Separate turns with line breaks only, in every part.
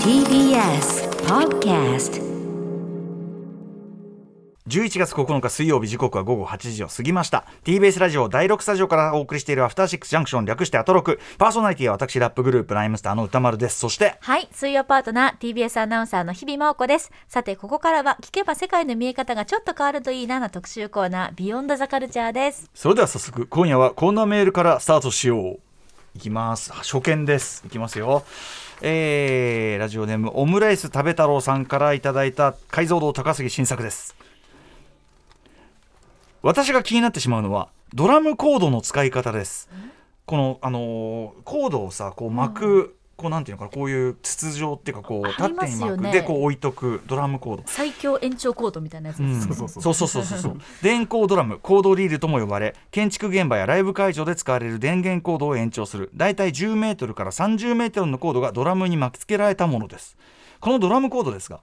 TBS Podcast
11月9日水曜日時刻は午後8時を過ぎました TBS ラジオ第6スタジオからお送りしているアフターシックスジャンクション略してアトロクパーソナリティは私ラップグループライムスターの歌丸ですそして
はい水曜パートナー TBS アナウンサーの日々真央子ですさてここからは聞けば世界の見え方がちょっと変わるといいなな特集コーナービヨンドザカルチャーです
それでは早速今夜はこんなメールからスタートしよういきます初見ですいきますよえーラジオネームオムライス食べ太郎さんからいただいた解像度高杉新作です私が気になってしまうのはドラムコードの使い方ですこのあのーコードをさこう巻くこうなんていうのかなこういう筒状っていうかこう
ありま
縦に
す
巻
よ
く
ね
でこう置いとくドラムコード
最強延長コードみたいなやつ
うん
です、
そうそうそうそうそう電光ドラムコードリールとも呼ばれ建築現場やライブ会場で使われる電源コードを延長する大体1 0ルから3 0ルのコードがドラムに巻き付けられたものですこのドラムコードですが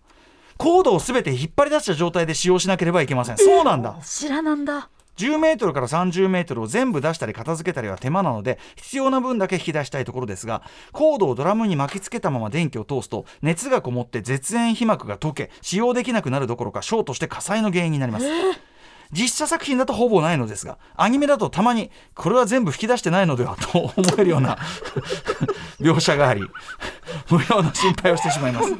コードを全て引っ張り出した状態で使用しなければいけませんそうなんだ
知らなんだ
10メートルから30メートルを全部出したり片付けたりは手間なので必要な分だけ引き出したいところですがコードをドラムに巻きつけたまま電気を通すと熱がこもって絶縁皮膜が溶け使用できなくなるどころかショートして火災の原因になります。実写作品だとほぼないのですがアニメだとたまにこれは全部吹き出してないのでは と思えるような 描写があり 無用な心配をしてしまいます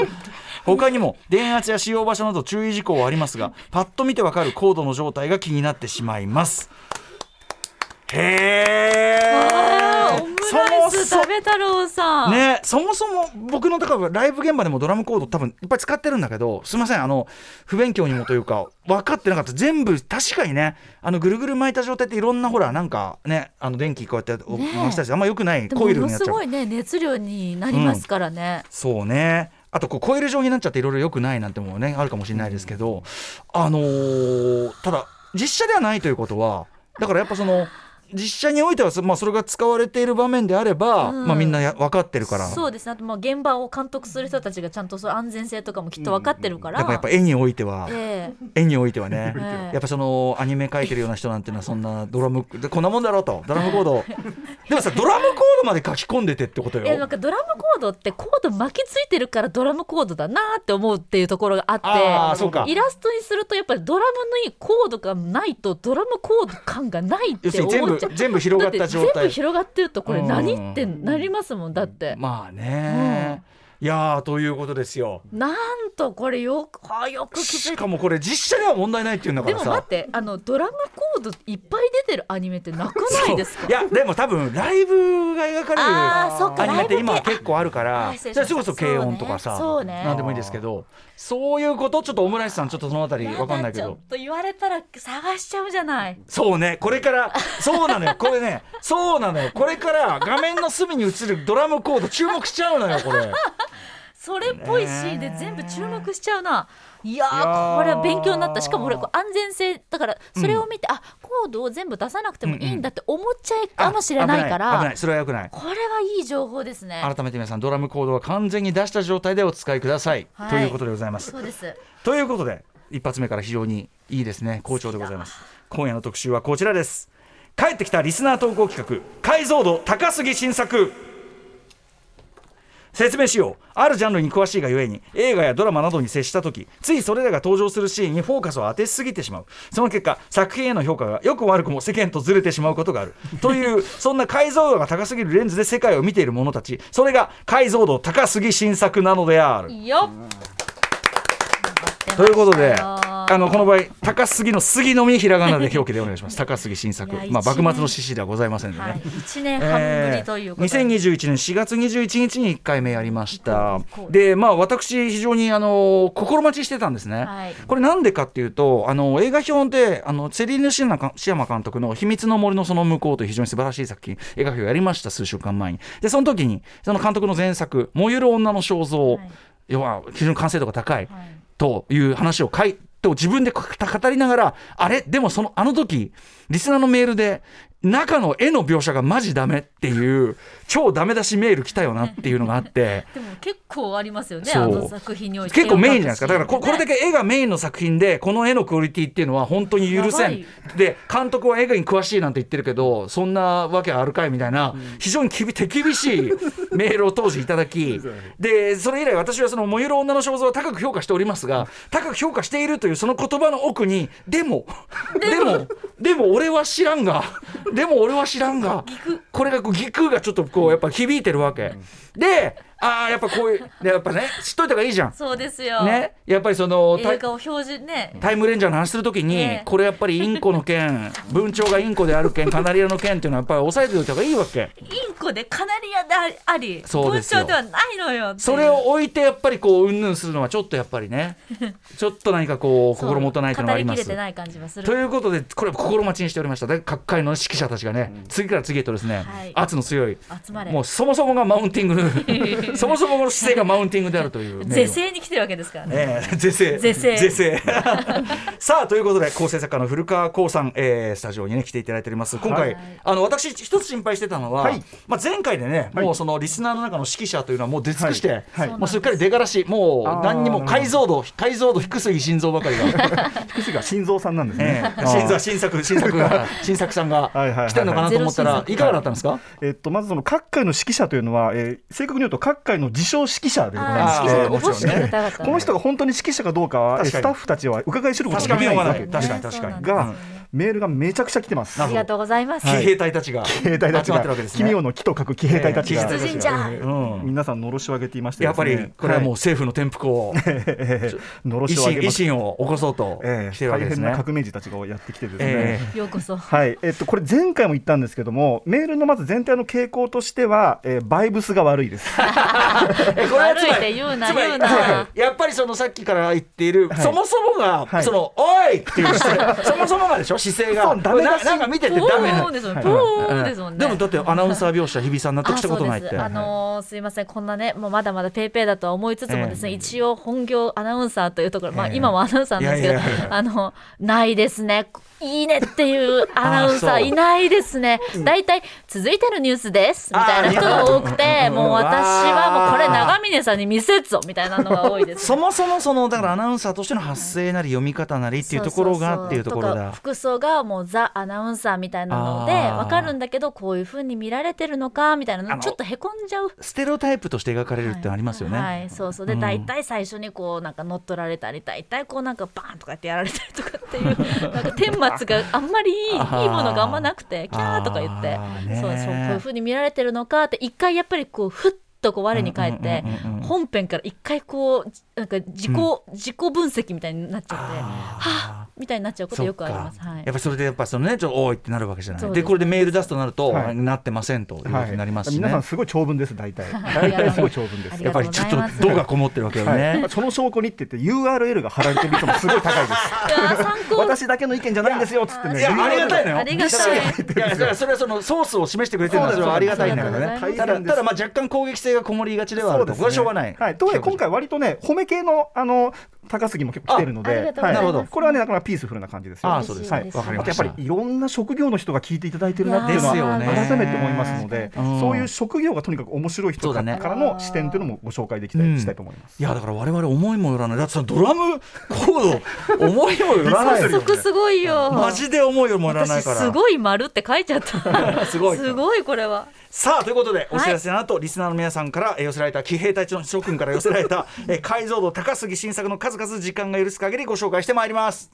他にも電圧や使用場所など注意事項はありますがパッと見てわかるコードの状態が気になってしまいますへ
あ
ー
ーオムライス
そも
食べ太郎さん、
ね、そもそも僕の高ライブ現場でもドラムコード多分いっぱい使ってるんだけどすいませんあの不勉強にもというか分かってなかった全部確かにねあのぐるぐる巻いた状態っていろんなほらなんかねあの電気こうやってお
ねえ
回したりしてあんま良くない
でも
コイ
も
ル
の
になっ
す
ちゃう
ごいね熱量になりますからね、
そうねあとこうコイル状になっちゃっていろいろ良くないなんてもねあるかもしれないですけど、あのーただ実写ではないということはだからやっぱその実写においてはそ,、まあ、それが使われている場面であれば、
うん
まあ、みんなや分かってるから
そうですねあとまあ現場を監督する人たちがちゃんとそう安全性とかもきっと分かってるから、
だからやっぱ絵においては。
ええ
絵において はね、
ええ
やっぱそのアニメ描いてるような人なんてのはそんなドラム でこんなもんだろうとドラムコードでもさドラムコードまで書き込んでてってこと
いやなん
よ。
かドラムコードってコード巻きついてるからドラムコードだなって思うっていうところがあって
あーそうか
イラストにするとやっぱりドラムのいいコードがないとドラムコード感がないっ
要す
て
る
思
に
っ
全部
ちゃう
全部広が
だって
った状
全部
態。
広がってるとこれ
う
何
ん
ってなりますもんだって。
まあね、いやーということですよ。
なんとこれよくあよく気づ
し
いた
かもこれ実写では問題ないっていうんだか
で
ら
も
さ。
待ってあのドラムコードいっぱい出てるアニメってなくないです
そ
か
ういやでも多分ライブが描かれる
あーそっか
アニメって今
ライブ系
結構あるから
あー失礼し
そ
ま
れ
した
こそ軽音とかさ、
そうねそうね
なんでもいいですけどそういうことちょっとオムライスさんちょっとそのあたりわかんないけ
やだ
ど
ちょっと言われたら探しちゃうじゃない。
そうね、これから、そうなのよ、これね、そうなのよ、これから画面の隅に映るドラムコード注目しちゃうのよ、これ。
それっぽいシーンで全部注目しちゃうな。いやー
いやー
これは勉強になった。しかも俺これ安全性だからそれを見て、あコードを全部出さなくてもいいんだって思っちゃいかもしれないか
あ危ない、危
ら、
ないそれは良くない。
これはいい情報ですね。
改めて皆さん、ドラムコードは完全に出した状態でお使いください。
はい
ということでございます。
そうです。
ということで、一発目から非常にいいですね、好調でございます。今夜の特集はこちらです。帰ってきたリスナー投稿企画、解像度高すぎ新作。説明しようあるジャンルに詳しいがゆえに映画やドラマなどに接した時ついそれらが登場するシーンにフォーカスを当てすぎてしまうその結果作品への評価がよくも悪くも世間とずれてしまうことがあるというそんな解像度が高すぎるレンズで世界を見ている者たちそれが解像度高すぎ新作なのである
よっ。
ということで、あ
あ
のこの場合、高杉の杉のみひらがなで表記でお願い します。高杉新作
いや、一
まあ
年
幕末の獅子ではございませんので
はい
ね。
一年半ぶ
え
りという
ー
ことで。
2021年4月21日に1回目やりました
こ。う
で、まあ私非常にあの心待ちしてたんですね。
はい
これなんでかっていうと、あの映画表であのセリーヌシナかシアマ監督の秘密の森のその向こうという非常に素晴らしい作品映画表やりました数週間前に。で、その時にその監督の前作燃ゆる女の肖像、
い
要は非常に完成度が高い
はい
という話を書いて自分で語りながらあれでもそのあの時リスナーのメールで中の絵の描写がマジダメっていう超ダメ出しメール来たよなっていうのがあって。
でも結構ありますよね、
そう
あの作品において。
結構メインじゃないですかだからここれだ
け。
け絵がメインの作品でこの絵のクオリティっていうのは本当に許せん
や
で監督は絵に詳しいなんて言ってるけどそんなわけあるかいみたいな非常に厳手厳しいメールを当時いただ きでそれ以来私はその「燃ゆる女の肖像」を高く評価しておりますが高く評価しているというその言葉の奥に「でもでもでも俺は知らんがでも俺は知らんが」これがこうギクがちょっとこうやっぱ響いてるわけ。でああやっぱこういうでやっぱね知っといた方がいいじゃん。
そうですよ。
ね、やっぱりそのタ
映
イ
画を表示ね。
タイムレンジャーの話するときに、
ええ
これやっぱりインコの 件文鳥がインコである件カナリアの件っていうのはやっぱり押さえておいた方が いいわけ
インコでカナリアであり、
そうですよ
文鳥ではないのよっていう。
それを置いてやっぱりこううんぬんするのはちょっとやっぱ りねちょっと何かこう心もとないというのがありま
語り
す
きれてない感じはする
と。いうことでこれは心待ちにしておりましたで各界の指揮者たちがね、次から次へとですね、
はい
圧の強い
集まれ。
もうそもそもがマウンティ ングそもそもの姿勢がマウンティングであるというね
是正に来てるわけですからね。
ええ是正
是正
正 さあということで構成作家の古川光さん、えースタジオにね来ていただいております今回、
はい
あの私一つ心配してたのは、
はい
まあ、前回でね、
はい
もうそのリスナーの中の指揮者というのはもう出尽くして、
はい
もうすっかり出がらしも
あ
う
ー
何にも解像度解像度低すぎ心臓ばかり が、
福祉が心臓さんなんです
え
ね。
え
あー
新作新作新作が新作さんが
はいはいはい
来てるのかなと思ったら、い、かがだったんですか、
えっと、まずその各界の指揮者というのは、えー正確に言うと各界の自称指揮者でございま
あ
し
ー
て
指
指揮者
揮者も
お
ちろんね
ぼしき方々。
この人が本当に指揮者かどうかはえー
確かに
スタッフたちは伺い知ること
確
が
か
で
め
き
よ
な
う
い
がな
わけ
い確かに
そう
確
な
か
んです
に
ね
がメールがめちゃくちゃ来てます
な
あ
るほ
りがとうございます。
騎兵隊たちが
騎兵隊たち
集まってる
が
わけですね
奇妙の木と書く騎兵隊たち
ええ
が
騎兵隊たち
出陣じゃ
うん
皆さんのろしを上げていまして
や
で
っ
す
ぱ
ね
りこれはもう政府の転覆を、
いのろ
維
しを上
新
げ
維
ます
新を起こそうと
ええ
してるわけ
大
です
変
ね。
な革命児たちがやってきてです
え
ね
え
ようこそ。
はいえっと、これ前回も言ったんですけどもメールのまず全体の傾向としては、えーバイブスが悪いです。
えこれはつ
悪
ま
いって
り
言うな
つまり
言う な
やっぱりそのさっきから言っている、
はい
そもそもが、
はい
その「おい!」っていう姿勢そもそもがでしょ姿勢が
そうダメ
な
だし
なんか見てて
ポ
ダメ
ーンですもんね。
はい
ポーン
え
で
え
すもんね。
でもだってアナウンサー描写日比さん納得したことないっ
あそ
て
うですあのーすいませんこんなねもうまだまだペーペーだとは思いつつもですね、
ええ
一応本業アナウンサーというところ、まあ
ええ
今もアナウンサーなんですけど
いやいやいやいや
あのないですねいいねっていうアナウンサ
あそう
ーいないですねだいたい続いてのニュースですみたいな人が多く
あ
て
うんうんうん
もう私はもうこれ
わー
長峰さんに見せっぞみたいなのが多いです
そもそもそのだからアナウンサーとしての発声なり読み方なりっていうところ
そ
が
そ
っていうところ
とか
だ。
服装がもうザ・アナウンサーみたいなので
あー
わかるんだけどこういうふうに見られてるのかみたいな
あ
の
の
ちょっとへこんじゃう
ステレオタイプとして描かれるってありますよね。
はいはいそうそうで、
うん
大体最初にこうなんか乗っ取られたり大体こうなんかバーンとかってやられたりとか っていうなんか顛末があんまりいいいいも
あー
のがあんまなくてキャーとか言って
あーね
そうそうこういうふうに見られてるのかって一回やっぱりこうふっとこう我に返って
うんうんうんうんうん
本編から一回こうなんか自己、自己分析みたいになっちゃって
あー
はっみたいになっちゃうことよくあります。
そっか
はい
やっぱそれでやっぱそのねちょっとおいってなるわけじゃない
そう
で
です
これでメール出すとなると、
はい
なってませんということになりますしね、
皆さんすごい長文です大 体
はい
大体すごい長文で
あ
す
り
や
が
っぱ
とう
り
ご
ちょ
ざ
っ
います
と度がこもってるわけよね
はい、その証拠にって言って URL が貼られてる人もすごい高いで
い
す
やー参考
私だけの意見じゃないんですよっつってね
いやありがたいのよ
ありがたい
びっしりいやだからそれはそのソースを示してくれてるのは
そ
そうれ
です
はありがたいんだけど
あ
ね
りがとうご
た
ざい
だ
ます
ただまあ若干攻撃性がこもりがちではあるとこれはしょうがない、
はい、とはいえ今回割とね褒め系のあの高杉も結構来てるの
ああり
で
がとうござい
ます
は
なるほど
これはねだからピースフルな感じですよ
ああそうです
はい、
嬉しい
わかり
あ
ま
とや
し
ったぱりいろんな職業の人が聞いていただいてるなっていうの
ですよ
は
ね
改めて思いますので、
うん
そういう職業がとにかく面白い人から
そう
だね
の視点というのもご紹介できたりしたいと思います。
いやだから我々思いもよらないだってさドラムコード思いもよらない
早
よ
速すごいよ
マジで思いもよらない
私
から
すごい丸って書いちゃった
すごい
すごいこれは
さあということでお知らせの後、リスナーの皆さんからえー寄せられた騎兵隊長の諸君から寄せら れたえー解像度高すぎ新作の数々時間が許す限りご紹介してまいります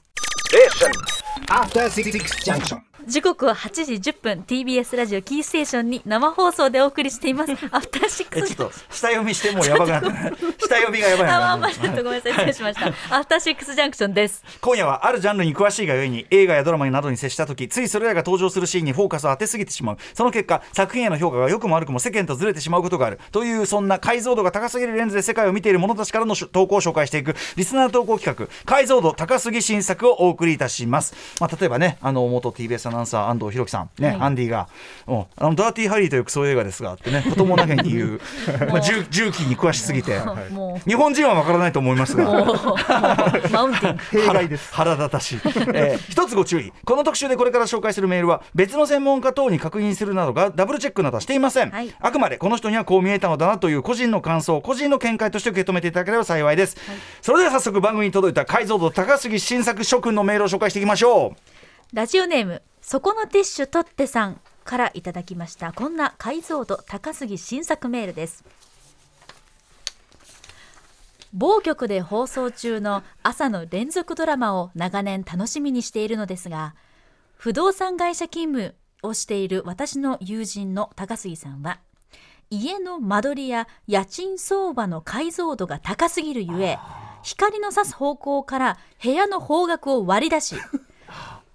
After Six Junction.
時刻は8時10分 TBS ラジオキーステーションに生放送でお送りしてい ますアフターシッ
え
ク
ちょ
ス
っと下読みしてもうや ばくなってない下読みがやばい
あ、
な
まあまあ、ちょっとごめんなさい、失礼しました。アフターシックスジャンクションです。
今夜はあるジャンルに詳しいがゆえに映画やドラマなどに接した時ついそれらが登場するシーンにフォーカスを当てすぎてしまうその結果作品への評価が良くも悪くも世間とずれてしまうことがあるというそんな解像度が高すぎるレンズで世界を見ている者たちからの投稿を紹介していくリスナー投稿企画解像度高すぎ新作をお送りいたしますまあ、例えばねあの元 TBS アナウンサー安藤弘樹さん、ね
はい
アンディが「うんあのダーティーハリーというクソ映画ですが」 ってね子供なげに言うまあ、重重機に詳しすぎて、
い もう
日本人は分からないと思います が。
もうもうマウンティング
弊害です。
腹立たしい、えー一つご注意この特集でこれから紹介するメールは別の専門家等に確認するなどがダブルチェックなどはしていません、
はい
あくまでこの人にはこう見えたのだなという個人の感想個人の見解として受け止めていただければ幸いです、それでは早速番組に届いた解像度高杉新作諸君のメールを紹介していきましょ
ラジオネームそこのティッシュ取ってさんからいただきましたこんな解像度高すぎ新作メールです某局で放送中の朝の連続ドラマを長年楽しみにしているのですが不動産会社勤務をしている私の友人の高杉さんは家の間取りや家賃相場の解像度が高すぎるゆえ光の差す方向から部屋の方角を割り出し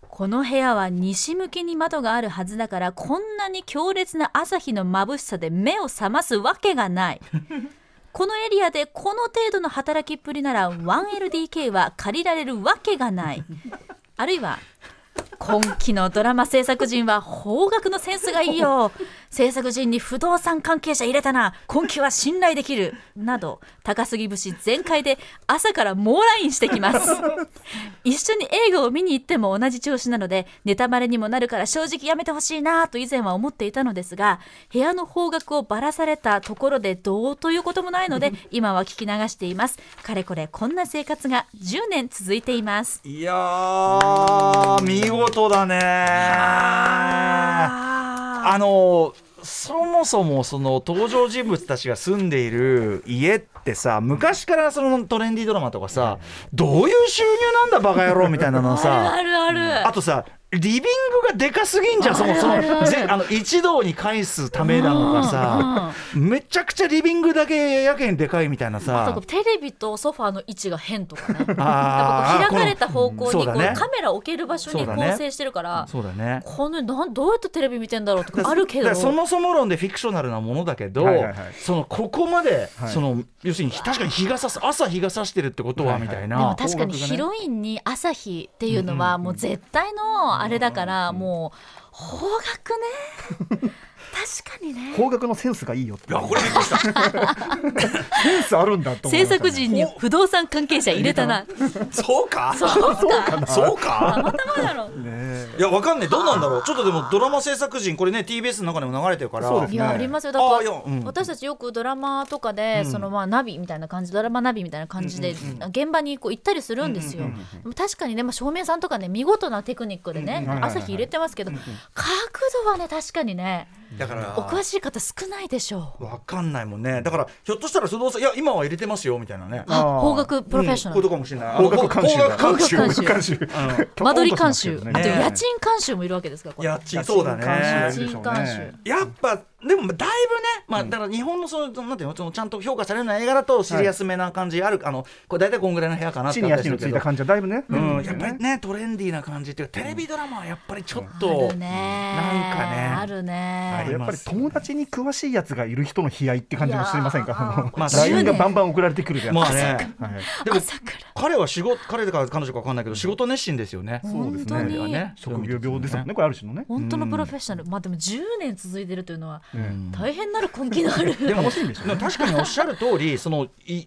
この部屋は西向きに窓があるはずだからこんなに強烈な朝日の眩しさで目を覚ますわけがないこのエリアでこの程度の働きっぷりなら 1LDK は借りられるわけがないあるいは今期のドラマ制作陣は方角のセンスがいいよ制作陣に不動産関係者入れたな今期は信頼できるなど高杉節全開で朝から猛ラインしてきます一緒に映画を見に行っても同じ調子なのでネタバレにもなるから正直やめてほしいなぁと以前は思っていたのですが部屋の方角をばらされたところでどうということもないので今は聞き流していますかれこれこんな生活が10年続いています
ういやー見事だねあのそもそもその登場人物たちが住んでいる家ってさ昔からそのトレンディードラマとかさどういう収入なんだバカ野郎みたいなの
あ
さ
るある
あ
ある
とさリビングがでかすぎんじゃんそのそのぜあの一堂に会すためなのかさめちゃくちゃリビングだけやけにでかいみたいな
あと
さ
テレビとソファーの位置が変とかねやっ
あー
ぱこう開かれた方向にこ
そう
う
だね
カメラ置ける場所
そう
に
だ
構
ね
成してるから、
そうだね
このなんどうやってテレビ見てんだろうとかあるけ
だ
ど
からそもそも論でフィクショナルなものだけど、
はいはいはい
そのここまで、
はい
その要するに確かに日が差す朝日が差してるってことは、
はいはい
みたい
でも
な。
確かにヒロインに朝日っていうのはもう絶対のあれだからもう方角ね 確かにね
方角のセンスがいいよって。
いやこれびっくりした
センスあるんだと思
制
いましたね
作陣に不動産関係者入れたな
そうか
そうか
そうか
たまたまだろ
いやわかんないどうなんだろうちょっとでもドラマ制作陣これね TBS の中でも流れてるから
そうです
い
ね
やありますよだ
あ
か
いや
ら
うん
私たちよくドラマとかでそのまあナビみたいな感じドラマナビみたいな感じで現場にこう行ったりするんですよでも確かにねまあ照明さんとかね見事なテクニックでね
はいはいはい
朝日入れてますけど角度はね確かにね
だか
お
ら
詳しい方少ないでしょう
わかんないもんねだからひょっとしたら不動産いや今は入れてますよみたいなね
あ
あー
方角プロフェッショナ
こ
ル
と、かもしれない
方角監修
あの方角監修
監修
監修
間取り監修、
ね
あと家賃監修もいるわけですからこれ
家賃そうだね
家
家賃監修、
やっぱでもだいぶね、まあ、だから日本のそのなんていうのそのちゃんと評価されるような映画だとシリアスめな感じある、あのこれ大体こんぐらいの部屋かなって
地
あ
に
ったり
足
す
の
る
つ
け
い
ど
た感じはだいぶね。
うん、やっぱりねトレンディーな感じっていうかテレビドラマはやっぱりちょっと、
あるね
なんかね
あるね
やっぱり友達に詳しいやつがいる人の悲哀って感じもしません
いやー
か。あ
まあ
の LINE が
10年
バンバン送られてくるじゃん。
ま
は
あね
い
でも
朝から
彼は仕事彼か彼女かわかんないけど仕事熱心ですよね。
そうで
本
すね
当
だ
に、
ね
職業病ですもんね。これある種のね。
本当のプロフェッショナル、まあでも10年続いてるというのは
うん
大変なる根気のある、
でもでも確かにおっしゃる通り そのい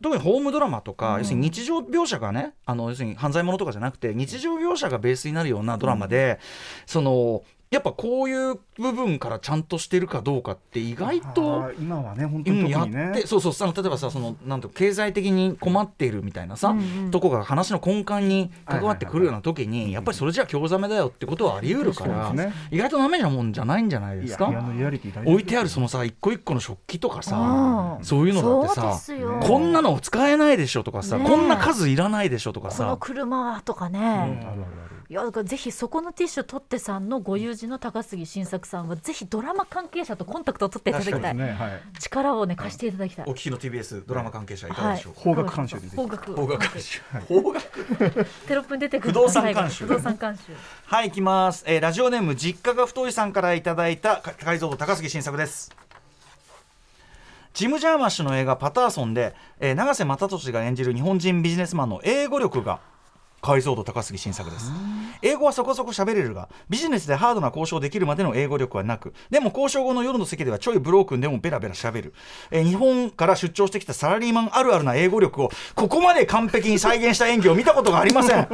特にホームドラマとか、要するに日常描写がねあの要するに犯罪ものとかじゃなくて日常描写がベースになるようなドラマで、そのやっぱこういう部分からちゃんとしてるかどうかって意外と
あー今はね本当
うん
に
や
特
っ
に
て、
ね。
そうそうあの例えばさそのなんと経済的に困っているみたいなさ、とこが話の根幹に関わってくるような時に、やっぱりそれじゃ興ざめだよってことはあり得るから、
そうですね
意外とダメなもんじゃないんじゃないで
い
す
や
か
部屋のリアリティ大事
置いてあるそのさ一個一個の食器とかさ
うん
そういうのだって
そうで
さ
すよ
こんなの使えないでしょとかさ、
ねえ
こんな数いらないでしょとか
この
さ
車はとか
あ
ね、
るあるある。
いやだからぜひそこのティッシュ取ってさんのご友人の高杉晋作さんはぜひドラマ関係者とコンタクトを取っていただき
そうで
た
す
い、
ね。はい。
力をね貸していただきたい
お聞きの TBS ドラマ関係者いかが
は
で
い
しょうか、
方角監修でぜひ
方角
邦楽監修邦楽
テロップに出てくる
不動産監修
不動産監修
はい行きます、えーラジオネーム実家が太いさんからいただいたか解像度高杉晋作ですジム・ジャーマッシュの映画「パターソンで」えー永瀬正敏が演じる日本人ビジネスマンの英語力が解像度高杉新作です英語はそこそこ喋れるがビジネスでハードな交渉できるまでの英語力はなくでも交渉後の夜の席ではちょいブロークンでもベラベラ喋る、えー日本から出張してきたサラリーマンあるあるな英語力をここまで完璧に再現した演技を見たことがありません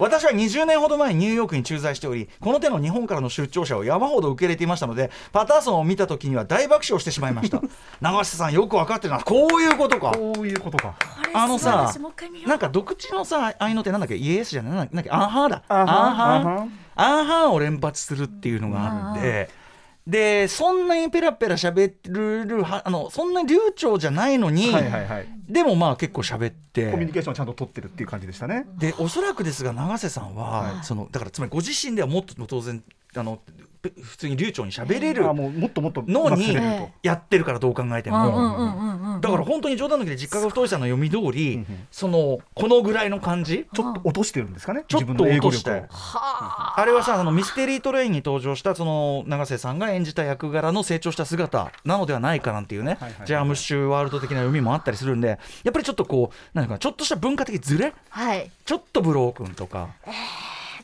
私は20年ほど前にニューヨークに駐在しておりこの手の日本からの出張者を山ほど受け入れていましたのでパターソンを見た時には大爆笑してしまいました 長瀬さんよく分かってるなこういうことか
こういうことか。
あのさ
私もう一回見よう
なんか独自のさあいの手なんだっけイエスじゃないなんだっけアンハーだ
アンハー
アン
アン
ハ
ハ
ーアンハーを連発するっていうのがあるんで。でそんなにペラペラ喋るはあのそんなに流暢じゃないのに、
はいはいはい。
でもまあ結構喋って
コミュニケーションをちゃんと取ってるっていう感じでしたね。
でおそらくですが永瀬さんは、そのだからつまりご自身ではもっと当然あのぺ普通に流暢に喋れる
あもうもっともっと
のに
忘れると
やってるからどう考えて
うんう
も、
んうんうんうん
だから本当に冗談抜きで実家が太いさんの読み通り、そのこのぐらいの感じ
ちょっと落としてるんですかね。
ちょっ
自分
と
の英
落
語
とした
力
い
を。
あれはさあのミステリートレインに登場したその永瀬さんが演じた役柄の成長した姿なのではないかなんていうね、
はいはいはい
ジャームッシュワールド的な読みもあったりするんでやっぱりちょっとこうなんかちょっとした文化的ズレ
はい
ちょっとブロー君とか、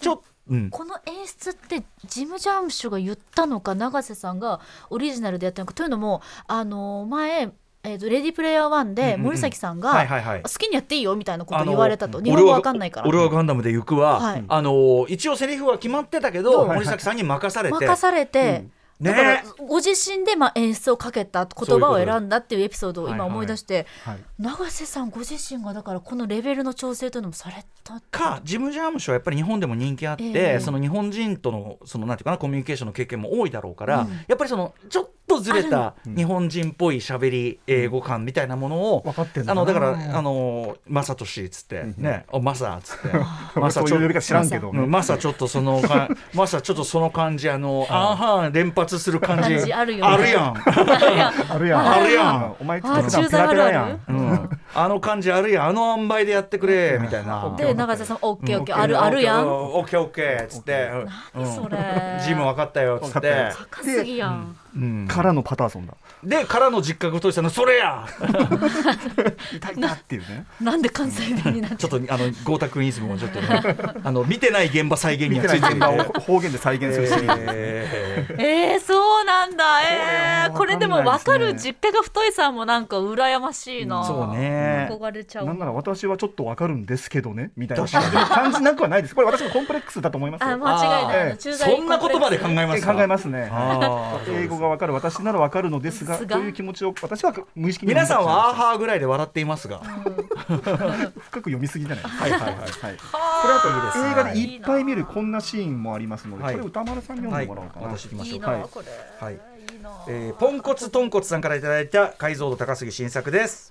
ちょっうん
この演出ってジム・ジャームシュが言ったのか永瀬さんがオリジナルでやったのかというのもあの前、えーと「レディープレイヤー1」
うん
で
うんうん
森崎さん
は
が
いはいはい
好きにやっていいよ」みたいなこ
あ
と
の
言われたと日
俺
本語
は
わかんないから
俺はガンダムで行くは、
はい
あの一応セリフは決まってたけど、
う
森崎さんに任されて
任されて、
うんね
だからご自身でまあ演出をかけた言葉を選んだっていうエピソードを今思い出して、
はい。
永瀬さんご自身がだからこのレベルの調整というのもされた
かジム・ジャーム氏はやっぱり日本でも人気あって、
ええ
その日本人とのそのなんていうかなコミュニケーションの経験も多いだろうから、やっぱりそのちょっとずれた日本人っぽい喋り英語感みたいなものを、
分かってん
あ
だな
のだからあのマサトシっつってね、おマサっつ って、マ
ま
サ
さ
ち
ちょ
ょ
っと呼び方知らんけど
う。んマサちょっとその かマサちょっとその感じあのアンハン連発する感じ
感じあるよね
やん。
あるやん。
あるやん
お前ちょっ
あー
と普段
駐
ペ
在
ラ
あ
ペ
る
ラ
あ
や
る
ん。
うんあの感じあるやんあの塩梅でやってくれみたいな。
で永瀬さんも「オッケーオッケーあるあるやん」
オッケーオッケーっつって。うん
それ
ジム分かったよっつっ
分か
て
った。
高すぎやん
うん
からのパターソンだ。
でからの実家ごとしたのそれや。
痛いなっていうね。
なんで関西弁になっ
ち
ち
ょ
ゃ
っ
っ
とあの豪太君イズムもちょっとね あの見てない現場再現に
見
は
て
つい
な
て
い
い
現
て
場を方言で再現するシリーズ。
えー
たえー、そうなんだえー、こ
こ
れ
れ
で
は
も
わ
分
か
か
んない
る
です
実家が太いさんもなんか羨ましいな、
そうね。
憧れちゃう
なんなら私はちょっとわかるんですけどねみたいな
確
感じなくはないです。これ私もコンプレックスだと思います
あ
よ。
間違いない
あ
な
ー
駐在
そんな言葉で考えますか
考えますね。
あー
英語がわかる私ならわかるのですが
ですが
という気持ちを私は無意識に
皆さんはアーハーぐらいで笑っていますが、
深く読みすぎじゃないですか。
はいはいはい
はい。
は
映
これあ
画
といいですね
でいっぱい見るこんなシーンもありますので、
はい
これ歌丸さんに
は
読ん
い
でもらおうかな。
私行きま
い
しょ
いうな、
かはい
これ、
はい
いいな
えーポンコツとんこつさんからいただいた解像度高杉新作です、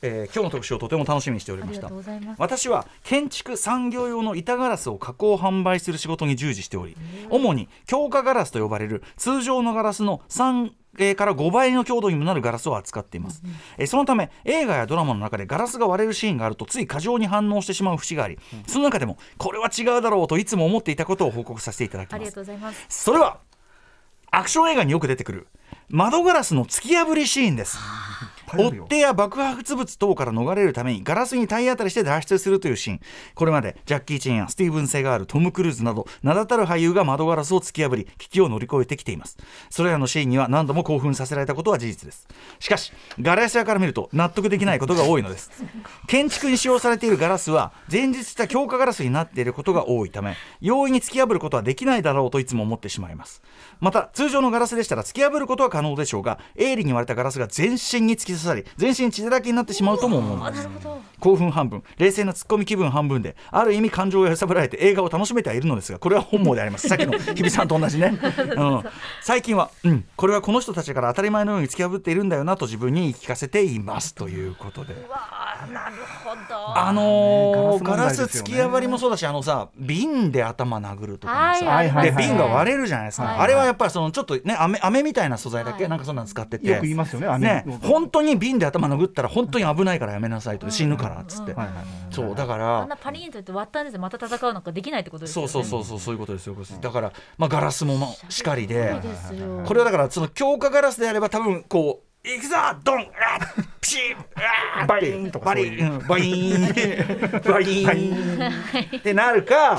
えー今日の特集をとても楽しみにしており
あ
ま
り
し
が
た
とうございます
私は建築産業用の板ガラスを加工販売する仕事に従事しており主に強化ガラスと呼ばれる通常のガラスの3えーから5倍の強度にもなるガラスを扱っています、えーそのため映画やドラマの中でガラスが割れるシーンがあるとつい過剰に反応してしまう節がありその中でもこれは違うだろうといつも思っていたことを報告させていただき
あ
ま
り
す
がとうございます
それはアクション映画によく出てくる窓ガラスの突き破りシーンです
頼む
追
よ
っ手や爆発物等から逃れるためにガラスに体当たりして脱出するというシーンこれまでジャッキー・チェンやスティーブン・セガールトム・クルーズなど名だたる俳優が窓ガラスを突き破り危機を乗り越えてきていますそれらのシーンには何度も興奮させられたことは事実ですしかしガラス屋から見ると納得できないことが多いのです建築に使用されているガラスは前日した強化ガラスになっていることが多いため容易に突き破ることはできないだろうといつも思ってしまいますまた通常のガラスでしたら突き破ることは可能でしょうが鋭利に割れたガラスが全身に突き刺さり全身血だらけになってしまうとも思うのです興奮半分冷静なツッコミ気分半分である意味感情を揺さぶられて映画を楽しめてはいるのですがこれは本望であり ますさっきの日比さんと同じね、うん、最近は、うん、これはこの人たちから当たり前のように突き破っているんだよなと自分に言い聞かせていますということであのーガ
ガ
ラ
ラ
ス
ス問題です
突
よね
き破りもそうだしあのさ瓶で頭殴るとかもさ、
はいはい
は
で
いはい
瓶が割れるじゃないですか、
はい
あれはやっぱりそのちょっとね飴飴みたいな素材だっけ、
はい
なんかそんなの使ってて
よく言いますよね飴
ね本当に瓶で頭殴ったら本当に危ないからやめなさいと、死ぬからっつって、
はいはいはい
そうだか
あんな
ら
パリンとやって割ったんですよまた戦うなんかできないってことですよ
そう
ね
そうそうそうそういうことですよ、だから、まあ、ガラスもまあしかりで
そうですよ
これはだからその強化ガラスであれば多分こう「いくぞドンあっピシチー
バイーンとか
バ
そう
リ
いう
ーンバリー ンバリーンってなるか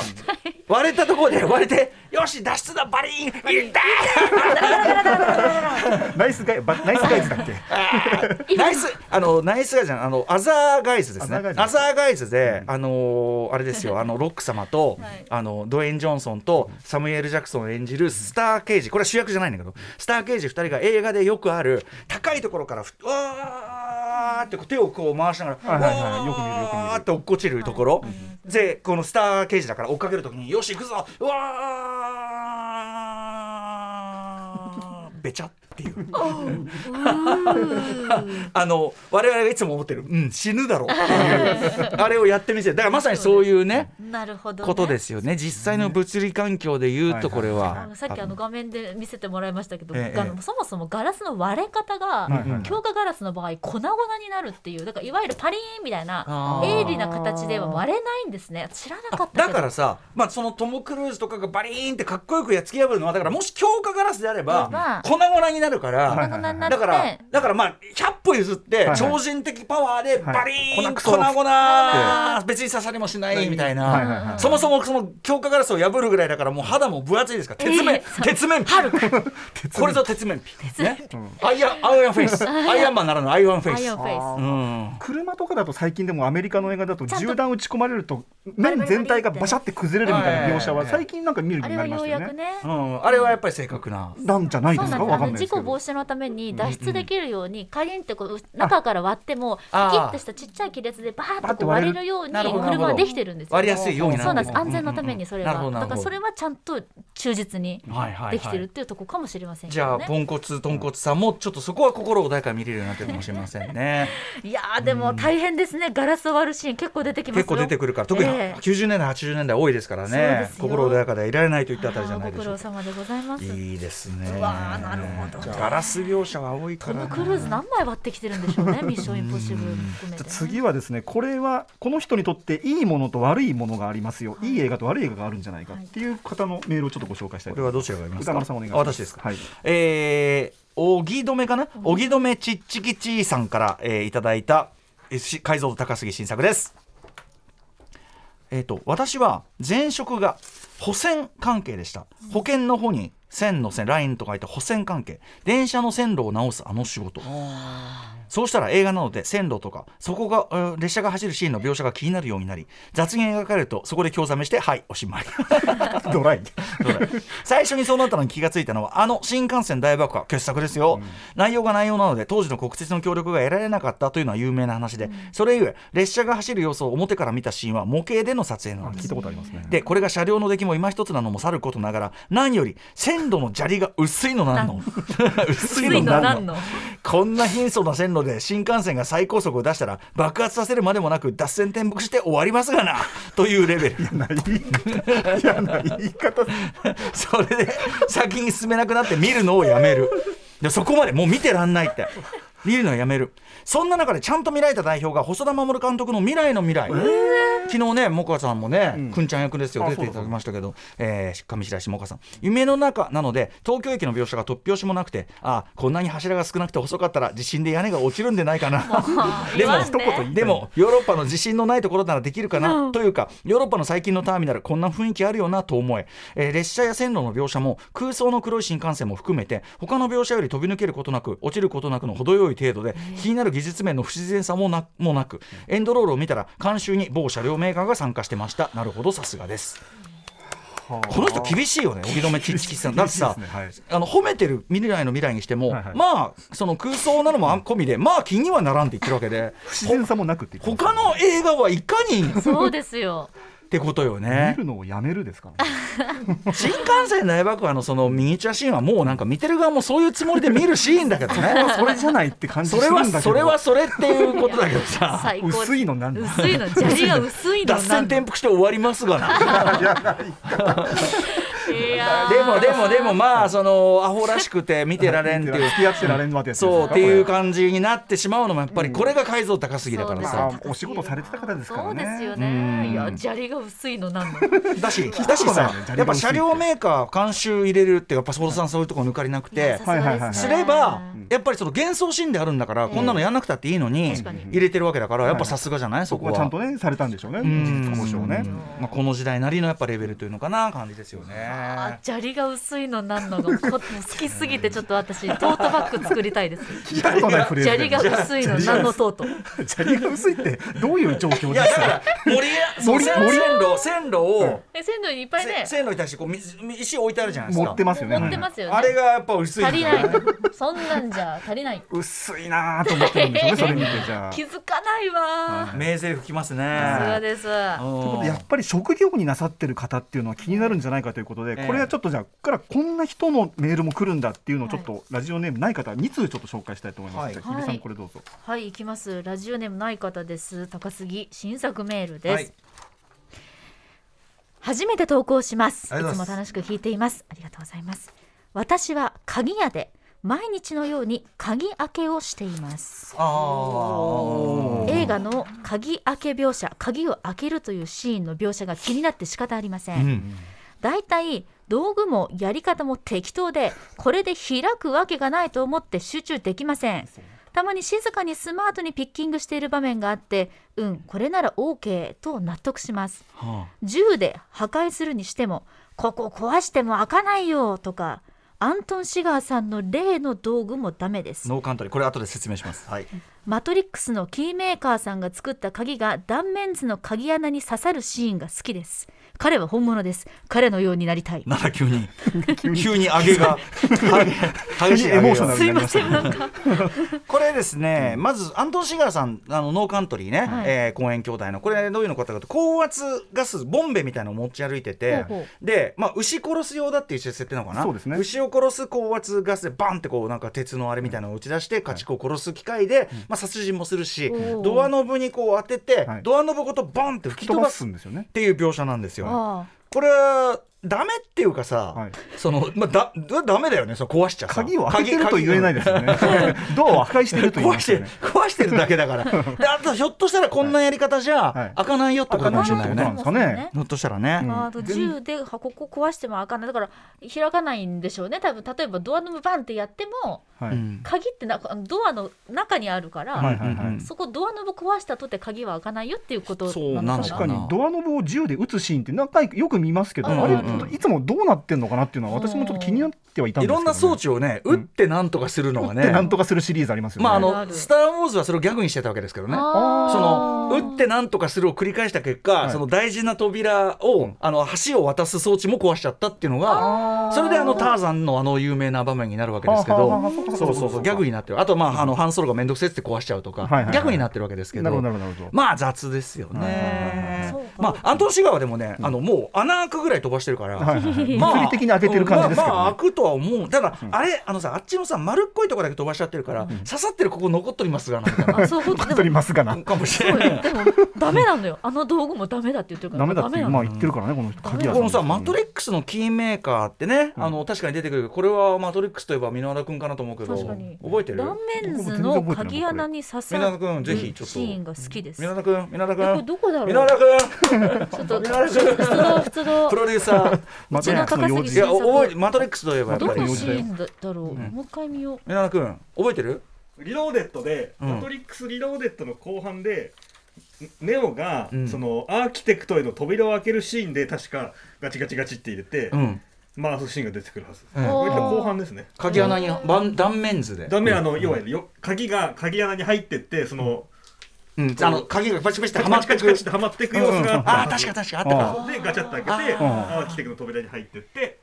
割れたところで割れてよし脱出だバリーンいった
ナイスガイバナイスガイズだっけ
ー ナイスあのナイスガイズじゃんあのアザーガイズですね
アザーガイズ
アザーガイズであのーあれですよあのロック様と
はい
あのドウェイン・ジョンソンとサムエル・ジャクソンを演じるスター・ケージこれは主役じゃないんだけどスター・ケージ2人が映画でよくある高いところからふわーってこう手をこう回しながら
はいはいはいよく見るよく見る
わーって落っこちるところでこのスター・ケージだから追っかけるときによし行くぞうわーべちゃっていうあの我々がいつも思ってるうん死ぬだろうっていうあれをやってみせるだからまさにそういうね
なるほど、ね。
ことですよね実際の物理環境で言うとこれ
あ
は
のさっきあの画面で見せてもらいましたけど、
ええ
あのそもそもガラスの割れ方が、
はいはい
強化ガラスの場合粉々になるっていうだからいわゆるパリーンみたいな
あー
鋭利な形では割れないんですね知らなかったけど
だからさ、まあ、そのトム・クルーズとかがバリーンってかっこよくやっつき破るのはだからもし強化ガラスであれば
う
粉々になるから、
はい
粉々になって
だから、だからまあ、100歩譲って、
はい
超人的パワーで、バリー
は
ン、
い
粉々、別に刺さりもしないみたい
はいはいは
な、
い
そもそもその強化ガラスを破るぐらいだから、もう肌も分厚いですから、鉄面
ええ、
鉄面、 これぞ鉄面、ね、アイアン、アイアンフェ イス、アイアンマンならぬアイアンフェイ
アイアン
ス
フ。ェイ
うん
車とかだと最近でもアメリカの映画だと
ちゃんと
銃弾打ち込まれると面全体がバシャって崩れるみたいな描写は最近なんか見るよ
ス
う
あれ
にな
はよう
りました
や
よ
く
ね。
ね
うんあれはやっぱり正確な。
なんじゃない
そ
で
うな
すか
んです
わか
あ
んない
の
です
事
け
故
ど
防止のために脱出できるようにカリンってこう中から割ってもピキ
あ
ッとしたちっちゃい亀裂でバーッとこう割れるように
なるほど
車はできてるんですよ
割りやすいようになる
そうなんです安全のためにそれは
なるほどなる
だ
ほ
か
ど
らそれはちゃんと忠実に
はいはいはい
できてるっていうとこかもしれませんけ
じゃ
ど
あ、
ね
ポンコツ、豚骨さんも、ちょっとそこは心穏やかに見れるようになってるかもしれませんね。
いやーでも大変ですねガラスを割るシーン結構出てきますよ
結構出てくるから特に
ええ
90年代、80年代多いですから
そうで
ね
すよ
心穏やかではいられないといったあたりじゃないでし
あー
ょ
ご
う
苦
か
労様でございます
いいですね
うわーなるほど
ガラス業者は多いか
ト
ら
ム・
な
クルーズ何枚割ってきてるんでしょうねミッションインポッシブルも含め
じ
て
ゃ
ね
あ次はですねこれはこの人にとっていいものと悪いものがありますよ、い、い映画と悪い映画があるんじゃないかっていう方のメールをちょっとご紹介したい
ことれは
思
いど
ま
ちらがいます
歌
か
丸さんお願いし
あ
ます
私ですか、
はい
えー、おぎどめかなおぎどめちっちきちいさんから、えーいただいた、えーし解像度高すぎ新作ですえー、と私は前職が保線関係でした保険の方に線の線ラインと書いて保線関係電車の線路を直すあの仕事そうしたら映画なので線路とかそこが、えー列車が走るシーンの描写が気になるようになり雑に描かれるとそこで興ざめしてはいおしまい
すドライ
最初にそうなったのに気がついたのはあの新幹線大爆破傑作ですよ、内容が内容なので当時の国鉄の協力が得られなかったというのは有名な話で、それゆえ列車が走る様子を表から見たシーンは模型での撮影なのです
聞いたことありますね
でこれが車両の出来も今一つなのもさることながら何より線路の砂利が薄いのなんの 薄
ついの何の
こんな貧相な線路で新幹線が最高速を出したら爆発させるまでもなく脱線転覆して終わりますがなというレベル
嫌な言い方嫌な言い方
それで先に進めなくなって見るのをやめるでそこまでもう見てらんないって見るのをやめるそんな中でちゃんと見られた代表が細田守監督の「未来の未来」昨日ね、もかさんもね、
ん
くんちゃん役ですよ、
あ
出ていただきましたけど、えー上白石萌歌さん、夢の中なので、東京駅の描写が突拍子もなくて、ああ、こんなに柱が少なくて細かったら、地震で屋根が落ちるんでないかな。 で
言わ
も
んで
一言
でもヨーロッパの地震のないところならできるかな、
うん
というかヨーロッパの最近のターミナルこんな雰囲気あるよなと思ええー列車や線路の描写も空想の黒い新幹線も含めて他の描写より飛び抜けることなく落ちることなくの程よい程度で気になる技術面の不自然さもなもなくエンドロールを見たら監修に某車両メーカーが参加してましたなるほどさすがです
こ
この人厳しいよね荻野目吉吉さんだってさ、
はい
あの褒めてる未来の未来にしても、
はいはい
まあその空想なのも込みでまあ気にはならんって言ってるわけで
不自然さもなくって言ってま
他
す
の映画はいかに
そうですよ
ってことよ
見
ね
るのをやめるですからね
新幹線大爆破のそのミニチュアシーンはもうなんか見てる側もそういうつもりで見るシーンだけどね
それじゃないって感じす
そ
る
れ
んだ
は
けど
それはそれっていうことだけど さ
最高です
薄いのなんだ
薄いの砂利が薄いの
脱線
なんだ
転覆して終わりますがな
いやない
いやー
でもでもでもまあそのアホらしくて見てられんっていう
付き合ってられんわってやつですね
そうっていう感じになってしまうのもやっぱりこれが解像高すぎだから
そう
さ
ですね
まあお仕事されてた方ですからね
そうですよ
うん
ね。いや、砂利が薄いのなんの。
だ しだしさやっぱ車両メーカー監修入れるってやっぱ相田さんそういうとこ抜かりなくて
はいはいはい
すればやっぱりその幻想シーンであるんだからこんなのやんなくたっていいのに
確かに
入れてるわけだからやっぱさすがじゃないそ
そこ
こ
はちゃ
は
ん。とねされたんでしょうね
うん
事実交渉をね
まあ、この時代なりのやっぱレベルというのかな感じですよ
あ
ね。
砂利が薄いのなんの がこもう好きすぎてちょっと私トートバッグ作りたいです。
聞いたことないフレーズ
砂利
だね
が薄いのなんのトー ト。
砂利が薄いってどういう状況
い
で
や
す
だから
か
森 やそう線
森
路線路を、
え線路にいっぱい
せ
ね。
線路に対してこう水石置いてあるじゃないですか。
持ってますよね
持ってますよね。
あれがやっぱ薄いんだ
足
よ
り
ね
ない。そんなんじゃ足りない。
薄いなーと思ってるんでしょうねそれ見てじゃあ
気づかないわー。
名声吹きますね。
さすがです。は
ということでや
う
っぱり職業になさってる方っていうのは気になるんじゃないかということで、
ええ
これはちょっとじゃあここからこんな人のメールも来るんだっていうのをちょっと、ラジオネームない方は2通ちょっと紹介したいと思います、
はい
じゃあ日比さんこれどうぞ、
い、行きます。ラジオネームない方です。高杉新作メールです。
はい
初めて投稿します
あ
い
りがとう
つ
ご
も
ざい
楽しく聞いていますありがとうございます私は鍵屋で毎日のように鍵開けをしています
ああ。
映画の鍵開け描写鍵を開けるというシーンの描写が気になって仕方ありませ、
うんん。
だいたい道具もやり方も適当でこれで開くわけがないと思って集中できませんたまに静かにスマートにピッキングしている場面があってうんこれなら OK と納得します
は
銃で破壊するにしてもここ壊しても開かないよとかアントン・シガーさんの例の道具もダメで
あ
す
ノーカントリーこれ後で説明します。はい。
マトリックスのキーメーカーさんが作った鍵が断面図の鍵穴に刺さるシーンが好きです彼は本物です彼のようになりたい
なんだ急に 急に上げ が激しい上げが
エモーショナル
す
に
いま
なりました
せ
ね
んなんか
これですね、まずアントン・シガーさんあのノーカントリーね、
はい
えー公園兄弟のこれどういうのかというと高圧ガスボンベみたいなのを持ち歩いてて
ほうほ
で、まあ、牛殺す用だっていう設定なのかな
そうですね
牛を殺す高圧ガスでバンってこうなんか鉄のあれみたいなのを打ち出して家畜を殺す機械で、まあ、殺人もするし、
おー
ドアノブにこう当てて、
はい
ドアノブごとバンって吹き飛
飛
ば
ば
す
す
っ
んですよね
ていう描写なんですよ。
あ
これはダメっていうかさ、
はい
そのまあ、だダメだよねその壊しちゃさ
鍵を開けてると言えないですよねドアを破壊してると言い
壊
ま
し
すよ
て
ね
壊してるだけだ からであとひょっとしたらこんなやり方じ
は
ゃ
い
開かないよってことかもしれないよ
開かな
ね
いですかね
ひょっとしたらね、
あと銃ではここ壊しても開かないだから開かないんでしょうね多分例えばドアノブバンってやっても
は
う
い、
ん
鍵ってなドアの中にあるから、
はいはいはい
うん
そこドアノブ壊したとって鍵は開かないよっていうこと
そう
なの
なの
か
確
な
かにドアノブを銃で撃つシーンって何回かよく見ますけど、
うん
あれちょっといつもどうなってんのかなっていうのは私もちょっと気になってはいたん
い
ですけど、ね、
ろんな装
っ
置をね打ってなんとかするのはね
てなんとかするシリーズありますよね、
まああ
あるあ
の「
る
スター・ウォーズ」はそれをギャグにしてたわけですけどね
あー
その打ってなんとかするを繰り返した結果、
い
その大事な扉を、あの橋を渡す装置も壊しちゃったっていうのがそれであのターザンのあの有名な場面になるわけですけ
はあ
ど
はあはあそうかそうか
そうそうそうギャグになってるあとまああのハンソロが面倒くせえっつって壊しちゃうとか、
はいはいはい
ギャグになってるわけですけど
なるほどなるほど
まあ雑ですよ
はいはい
はい
ね
そう。か
まあアントンシガーはでもね、あのもう穴開くぐらい飛ばしてるから、
はいはいはい
まあ
物理的に開けてる感じですけどね
まあまあ開くとは思う。ただあれあのさあっちのさ丸っこいとこだけ飛ばしちゃってるから、刺さってるここ残っとりますがなみたいな
あそう本当
取
で
り
も
ますがな
かもし
そ
れ
う
ない。
よでもダメなのよあの道具もダメだって言ってるから
ダメだって
な
ま
の
あ言ってるからねこの人鍵屋
このさ
ん
マトリックスのキーメーカーってね、あの確かに出てくるけどこれはマトリックスといえば箕輪田君かなと思うけど
確か
覚
に
えてる
断面図の鍵穴に刺さ
皆田君
る
ぜひちょっと
シーンが好きです
箕
え
輪田君箕輪田
これ
君
どこだろう
箕輪田君
ちょっと
箕輪田 君
出動出動
プロデュ ーサ
マトリックスの用
う
ー
ち
い
事
の
や覚えてマトリックスといえばやっぱ
ど
り
の
箕
シーンだろうもう一回見よう
輪田君覚えてる
リローデットで、
うん
マトリックスリローデットの後半でネオが、
うん
そのアーキテクトへの扉を開けるシーンで確かガチガチガチって入れて、
うん
回すシーンが出てくるはずです、
うん
これが後半ですね
鍵穴に盤断面図で
ダメあの、要はよ鍵が鍵穴に入ってってその、
うんあの鍵がパチパチってはま
ガ
っ
チ
て
ガチ
く
ガチってはまっていく様子があった
ああ確か確かあったか
でガチャッと開けて
あ
ー
アーキテクトの扉に入ってって、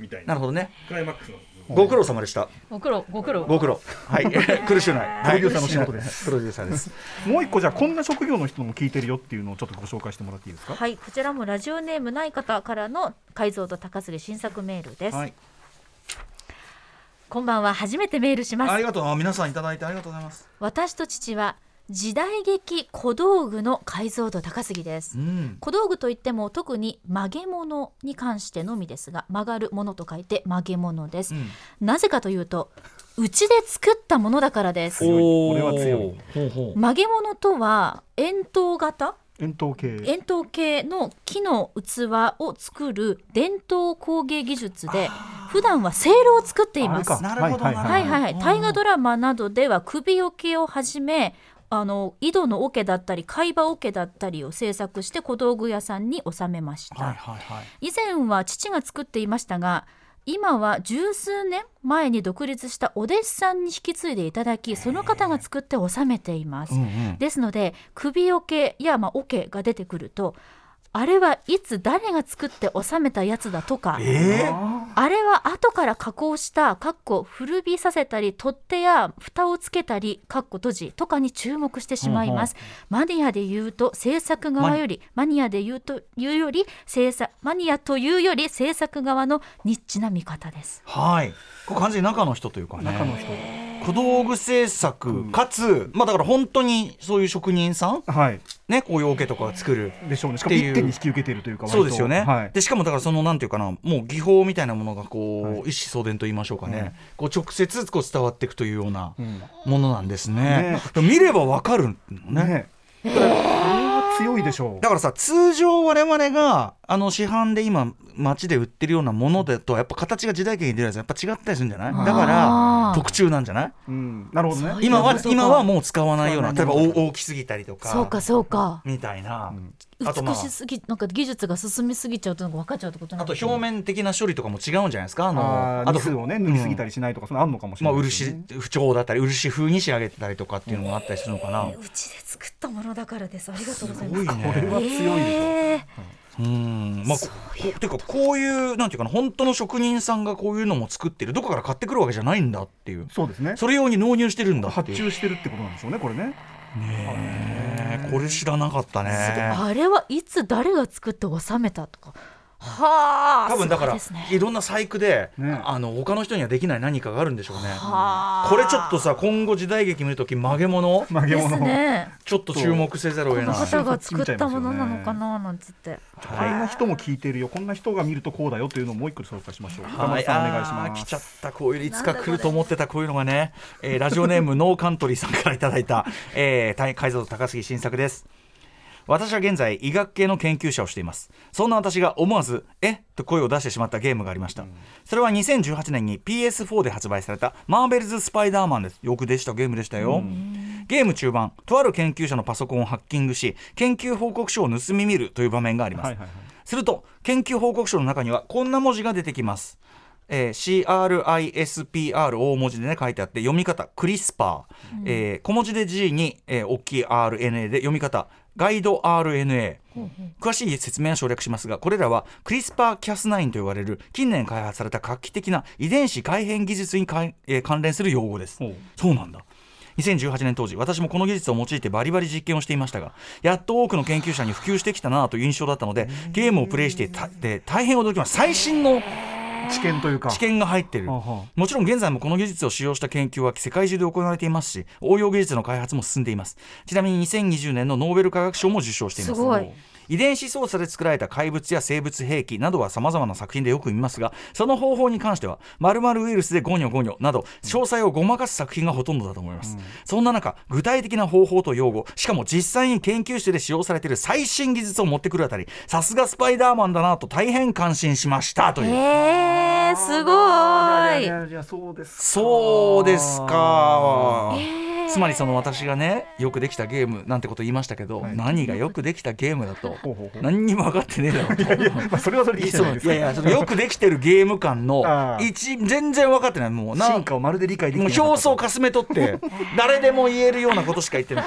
みたい
な
な
るほどね
クライマックスの
ご苦労様でした
ご苦労ご苦労
ご苦労はい 苦しゅうない
プロデューサーの仕事です
はいプロデューサーです
もう一個じゃあこんな職業の人も聞いてるよっていうのをちょっとご紹介してもらっていいですか
はいこちらもラジオネームない方からの改造と高杉新作メールです、
はい
こんばんは初めてメールします
ありがとうあ皆さんいただいてありがとうございます
私と父は時代劇小道具の解像度高すぎです
う。ん
小道具といっても特に曲げ物に関してのみですが曲がるものと書いて曲げ物です、
うん
なぜかというとうちで作ったものだからです
お
強い
ー
これは強い
ほうほう
曲げ物とは円筒型
円筒形
円筒形の木の器を作る伝統工芸技術で普段はせいろを作っています
あれか
なるほど
はいはい
な
は
る
い
ほど
はいはい、大河ドラマなどでは首桶をはじめあの井戸の桶だったり貝羽桶だったりを制作して小道具屋さんに納めました、
はいはいはい
以前は父が作っていましたが今は十数年前に独立したお弟子さんに引き継いでいただきその方が作って納めています、
うんうん
ですので首桶やまあ桶が出てくるとあれはいつ誰が作って納めたやつだとか、
えー
あれは後から加工した、かっこ古びさせたり、取っ手や蓋をつけたり、かっこ閉じとかに注目してしまいます。マニアで言うと制作側より、マニアで言うと言うより制作、マニアというより制作側のニッチな見方です。
はいこれ完全に中の人というかね
中の人
小道具制作かつまあだから本当にそういう職人さん
はい
ねこういうオケとかが作る
でしょうねしかも
ってい
一
う
手に引き受けているというか割
そ
と
うですよね、
はい
でしかもだからそのなんていうかなもう技法みたいなものがこう、
はい
一子相伝と言いましょうかね、
うん
こう直接こう伝わっていくというような
うん
ものなんですね,、
ね
見ればわかるのね
ねこれこれは強いでしょう
だからさ通常我々があの市販で今街で売ってるようなものだとやっぱ形が時代劇に出るやつやっぱ違ったりするんじゃないだから
あー
特注なんじゃない
うんなるほどね
そういう
今は
そうか
今はもう使わないような例え
使
ば
わないもの
大大きすぎたりとか
そうかそうか。
みたいな、あとま
美
あ
しすぎ、なんか技術が進みすぎちゃうとなんか分かっちゃうってことな
あ
ん
と
です
表
ね
面的な処理とかも違うんじゃないですかあの
あー
と
日数をね塗りすぎたりしないとかそのあんのかもし
ま
れ
あ、
ないです
漆
ね
不調だったり漆風に仕上げてたりとかっていうのもあったりするのかな、
うちで作ったものだからです。ありがとうござ
す
い
ご
ま
い
す。
ね
これは強いでしょう
えー
うんまあここていうかこういうなんていうかな本当の職人さんがこういうのも作ってるどこから買ってくるわけじゃないんだっていう
そうですね
それ用に納入してるんだって
発
いう
注してるってことなんでしょうねこれね
ねえこれ知らなかったね
あれはいつ誰が作って納めたとか。はあ。
多分だから
すごいですね
いろんな細工で、
ね
あの他の人にはできない何かがあるんでしょうね
はあ
これちょっとさ今後時代劇見るとき曲げ物
曲げ
です
物
ね。
ちょっと注目せざるを
こ
得な
の
い
方が作ったものなのかななんつって。
こんな人も聞いてるよこんな人が見るとこうだよというのをもう一個紹介しましょう
は
岡村さんお願いし
あ
ま
ー
す
来ちゃったこういういつか来ると思ってたこういうのが ね、えーラジオネームノーカントリーさんからいただいた、えー、大解像度高杉新作です私は現在医学系の研究者をしていますそんな私が思わず「えっ?」と声を出してしまったゲームがありました、それは2018年に PS4 で発売された「マーベルズ・スパイダーマン」ですよくでしたゲームでしたよ、ゲーム中盤とある研究者のパソコンをハッキングし研究報告書を盗み見るという場面があります、
はいはいはい
すると研究報告書の中にはこんな文字が出てきます、えー CRISPR 大文字でね書いてあって読み方クリスパー、えー小文字で G に、えー大きい RNA で読み方ガイド RNA、詳しい説明は省略しますがこれらはクリスパーキャス9と言われる近年開発された画期的な遺伝子改変技術に関,、えー関連する用語です
ほう
そうなんだ2018年当時私もこの技術を用いてバリバリ実験をしていましたがやっと多くの研究者に普及してきたなという印象だったのでゲームをプレイしていたで大変驚きました最新の
知見というか
知見が入ってる
はあはあ
もちろん現在もこの技術を使用した研究は世界中で行われていますし応用技術の開発も進んでいますちなみに2020年のノーベル化学賞も受賞しています
すごい
遺伝子操作で作られた怪物や生物兵器などは様々な作品でよく見ますがその方法に関しては〇〇ウイルスでゴニョゴニョなど詳細をごまかす作品がほとんどだと思います、そんな中具体的な方法と用語しかも実際に研究室で使用されている最新技術を持ってくるあたりさすがスパイダーマンだなと大変感心しましたという、
えー、すご
い
ーい。
やいやそうです
そうですか、つまりその私がねよくできたゲームなんてこと言いましたけど、何がよくできたゲームだと
ほうほうほう
何にも分かってねえだろうと
まあそれはそれでいいじゃ
そ
ない
の
で
い
すか
やいやそのよくできてるゲーム感の
あー
一全然分かってないもうな
進化をまるで理解でき
もう
てなかった
表層かすめ取って 誰でも言えるようなことしか言ってない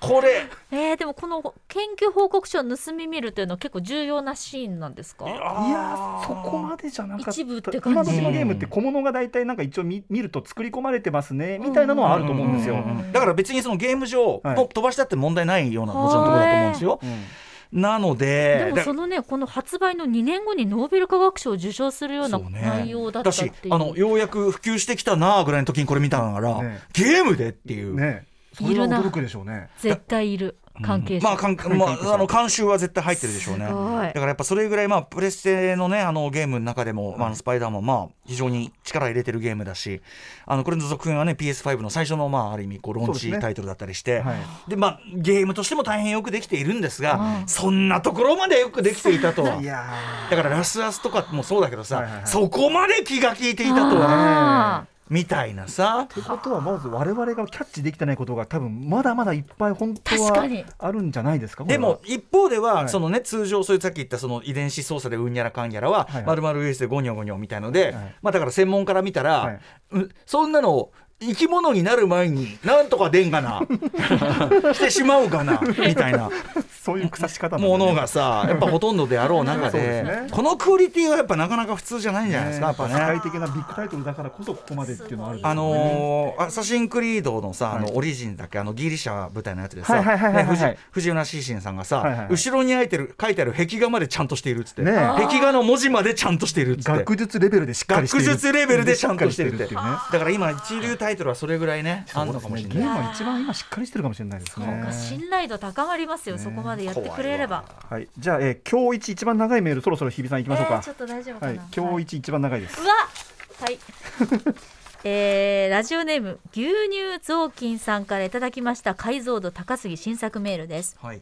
これ
えー、でもこの研究報告書を盗み見るというのは結構重要なシーンなんですか
いやそこまでじゃなかった
一部って感じ
今時のゲームって小物が大体なんか一応見見ると作り込まれてますねみたいなのはあると思うんですよ、
だから別にそのゲーム上、
はい
と飛ばしたって問題ないようなもちろんところだと思うんですよ、なので
でも
だ
そのね、この発売の2年後にノーベル化学賞を受賞するような
そうね
内容だったっていう。
しあのようやく普及してきたなあぐらいの時にこれ見たんだから、
ね
ゲームでっていう、
ねそれは
る
い
な
驚くでしょうね
絶対いる関係者、
まあ、かんまあ、あの監修は絶対入ってるでしょうね。だ
すごい
からやっぱそれぐらい、まあ、プレステのね、あのゲームの中でも、まあ、スパイダーマン、まあ、非常に力入れてるゲームだし、あのこれの続編はね、PS5 の最初の、まあ、ある意味こう、ローン
そう
チ
ですね
タイトルだったりして、で
はい
まあ、ゲームとしても大変よくできているんですが、そんなところまでよくできていたと は。
いや
だからラスアスとかもそうだけどさ、
はいはいはい
そこまで気が利いていたとは、みたいなさ。
ーということはまず我々がキャッチできてないことが多分まだまだいっぱい本当
確か
は
に
あるんじゃないですか
でも
こ
一方では、
はい
そのね通常そういうさっき言ったその遺伝子操作でうんやらかんやらは、
はいはい
まるまるウイルスでゴニョゴニョみたいので、
い
まあだから専門家から見たら、
はいう
そんなの生き物になる前になんとかでんが なしてしまうかなみたいな
れはそういう腐し方
もの
が
がさやっぱほとんどであろう中で
そうですね
このクオリティはやっぱなかなか普通じゃないんじゃないですか、やっぱね
世界的なビッグタイトルだからこそここまでっていうのはあるんです
あ
よね
のーアサシン・クリードのさ、あ
は
の
い
オリジンだっけあのギリシャ舞台のやつでさ
はいはいはいはい
ね
はい
藤藤浦シーシンさんがさ、
はいはいはい
後ろに書いてる書いてある壁画までちゃんとしているっつって、
ねえ
壁画の文字までちゃんとしているっつって
学術レベルでしっかりしてい
学
る
術レベルでちゃんとしてるって
しっかりいうね
だから今一流タイトルはそれぐらいねあ
そ
んの
うで
か
す
も
ね
しれ
ゲ
ない。
ームは一番今しっかりしてるかもしれないです
そうか
ね
信頼度高まりますよ、そこまでやってくれれば、
はいじゃあ、えー、今日一一番長いメールそろそろ日比さんいきましょう
え
か、
ーちょっと大丈夫か
は
な、
い今日一一番長いです
うわはい。えーラジオネーム牛乳雑巾さんからいただきました解像度高すぎ新作メールです
はい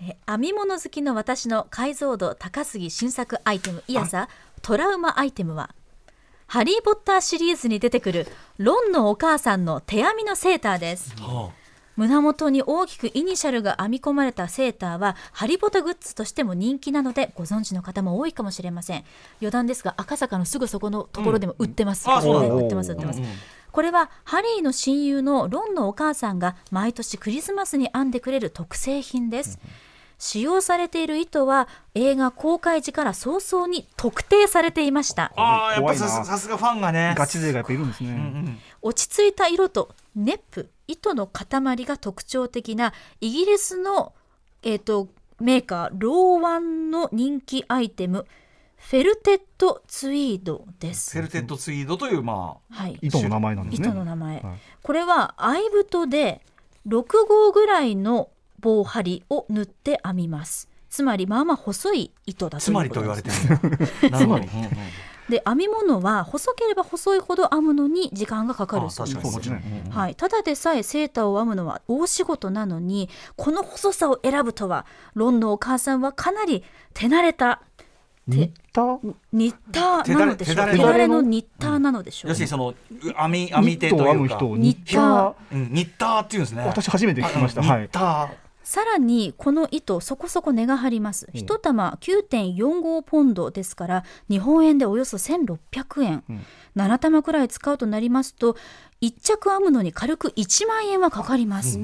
え編み物好きの私の解像度高すぎ新作アイテムいやさトラウマアイテムはハリー・ポッターシリーズに出てくるロンのお母さんの手編みのセーターです胸元に大きくイニシャルが編み込まれたセーターはハリポタグッズとしても人気なのでご存知の方も多いかもしれません余談ですが赤坂のすぐそこのところでも売ってます、
うんあそうな
は
ん
い
だ
売ってます売ってます、これはハリーの親友のロンのお母さんが毎年クリスマスに編んでくれる特製品です、使用されている糸は映画公開時から早々に特定されていました
ああやっぱ
怖いな
さすさすがファンがね
ガチ勢がやっぱいるんですね、
落ち着いた色とネップ糸の塊が特徴的なイギリスの、えー、とメーカーローワンの人気アイテムフェルテッドツイードです
セ。ルテッドツイードというまあ
はい、
糸の名前なんですね
糸の名前、
はい
これは藍太で6号ぐらいの棒針を縫って編みますつまりまあまあ細い糸だと
つ
いうこ
ま
と
り
です
と言われてるんだなるほどうんうん
で編み物は細ければ細いほど編むのに時間がかか
あ
る
あ
そう
確
です
かに
そうですね
はい、ただでさえセーターを編むのは大仕事なのにこの細さを選ぶとはロンのお母さんはかなり手慣れた
似た
ニッターなのでしょう
手だれ
手だれのニッターなのでしょう、
要するにそのう編み編み手と
ニットを編
い
む
うか
人を
ニッター
うんニッターっていうんですね
私初めて聞きました
あうん
はい
ニッター
さらにこの糸そこそこ値が張ります一玉9.45ポンドですから日本円でおよそ1600円、7玉くらい使うとなりますと1着編むのに軽く1万円はかかります、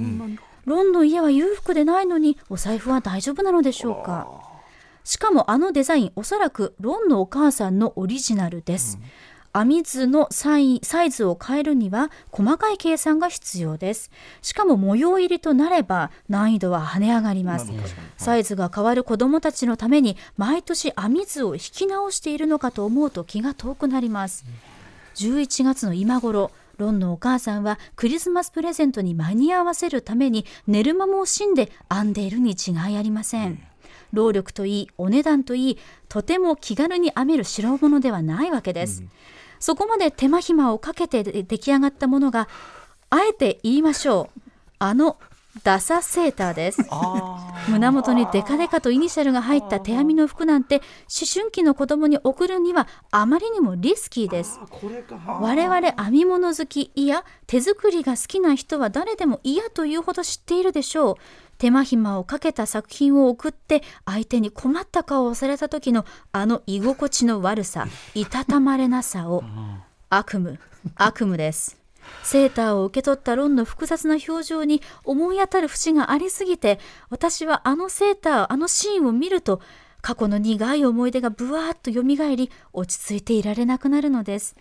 ロンの家は裕福でないのにお財布は大丈夫なのでしょうかしかもあのデザインおそらくロンのお母さんのオリジナルです、編み図のサインサイズを変えるには細かい計算が必要ですしかも模様入りとなれば難易度は跳ね上がりますサイズが変わる子どもたちのために毎年編み図を引き直しているのかと思うと気が遠くなります11月の今頃ロンのお母さんはクリスマスプレゼントに間に合わせるために寝る間も惜しんで編んでいるに違いありません労力といいお値段といいとても気軽に編める代物ではないわけです、そこまで手間暇をかけてで出来上がったものがあえて言いましょうあのダサセーターです胸元にデカデカとイニシャルが入った手編みの服なんて思春期の子供に送るにはあまりにもリスキーです我々編み物好きいや手作りが好きな人は誰でも嫌というほど知っているでしょう手間暇をかけた作品を送って相手に困った顔をされた時のあの居心地の悪さいたたまれなさを悪夢悪夢ですセーターを受け取ったロンの複雑な表情に思い当たる節がありすぎて私はあのセーターあのシーンを見ると過去の苦い思い出がぶわーっと蘇り落ち着いていられなくなるのです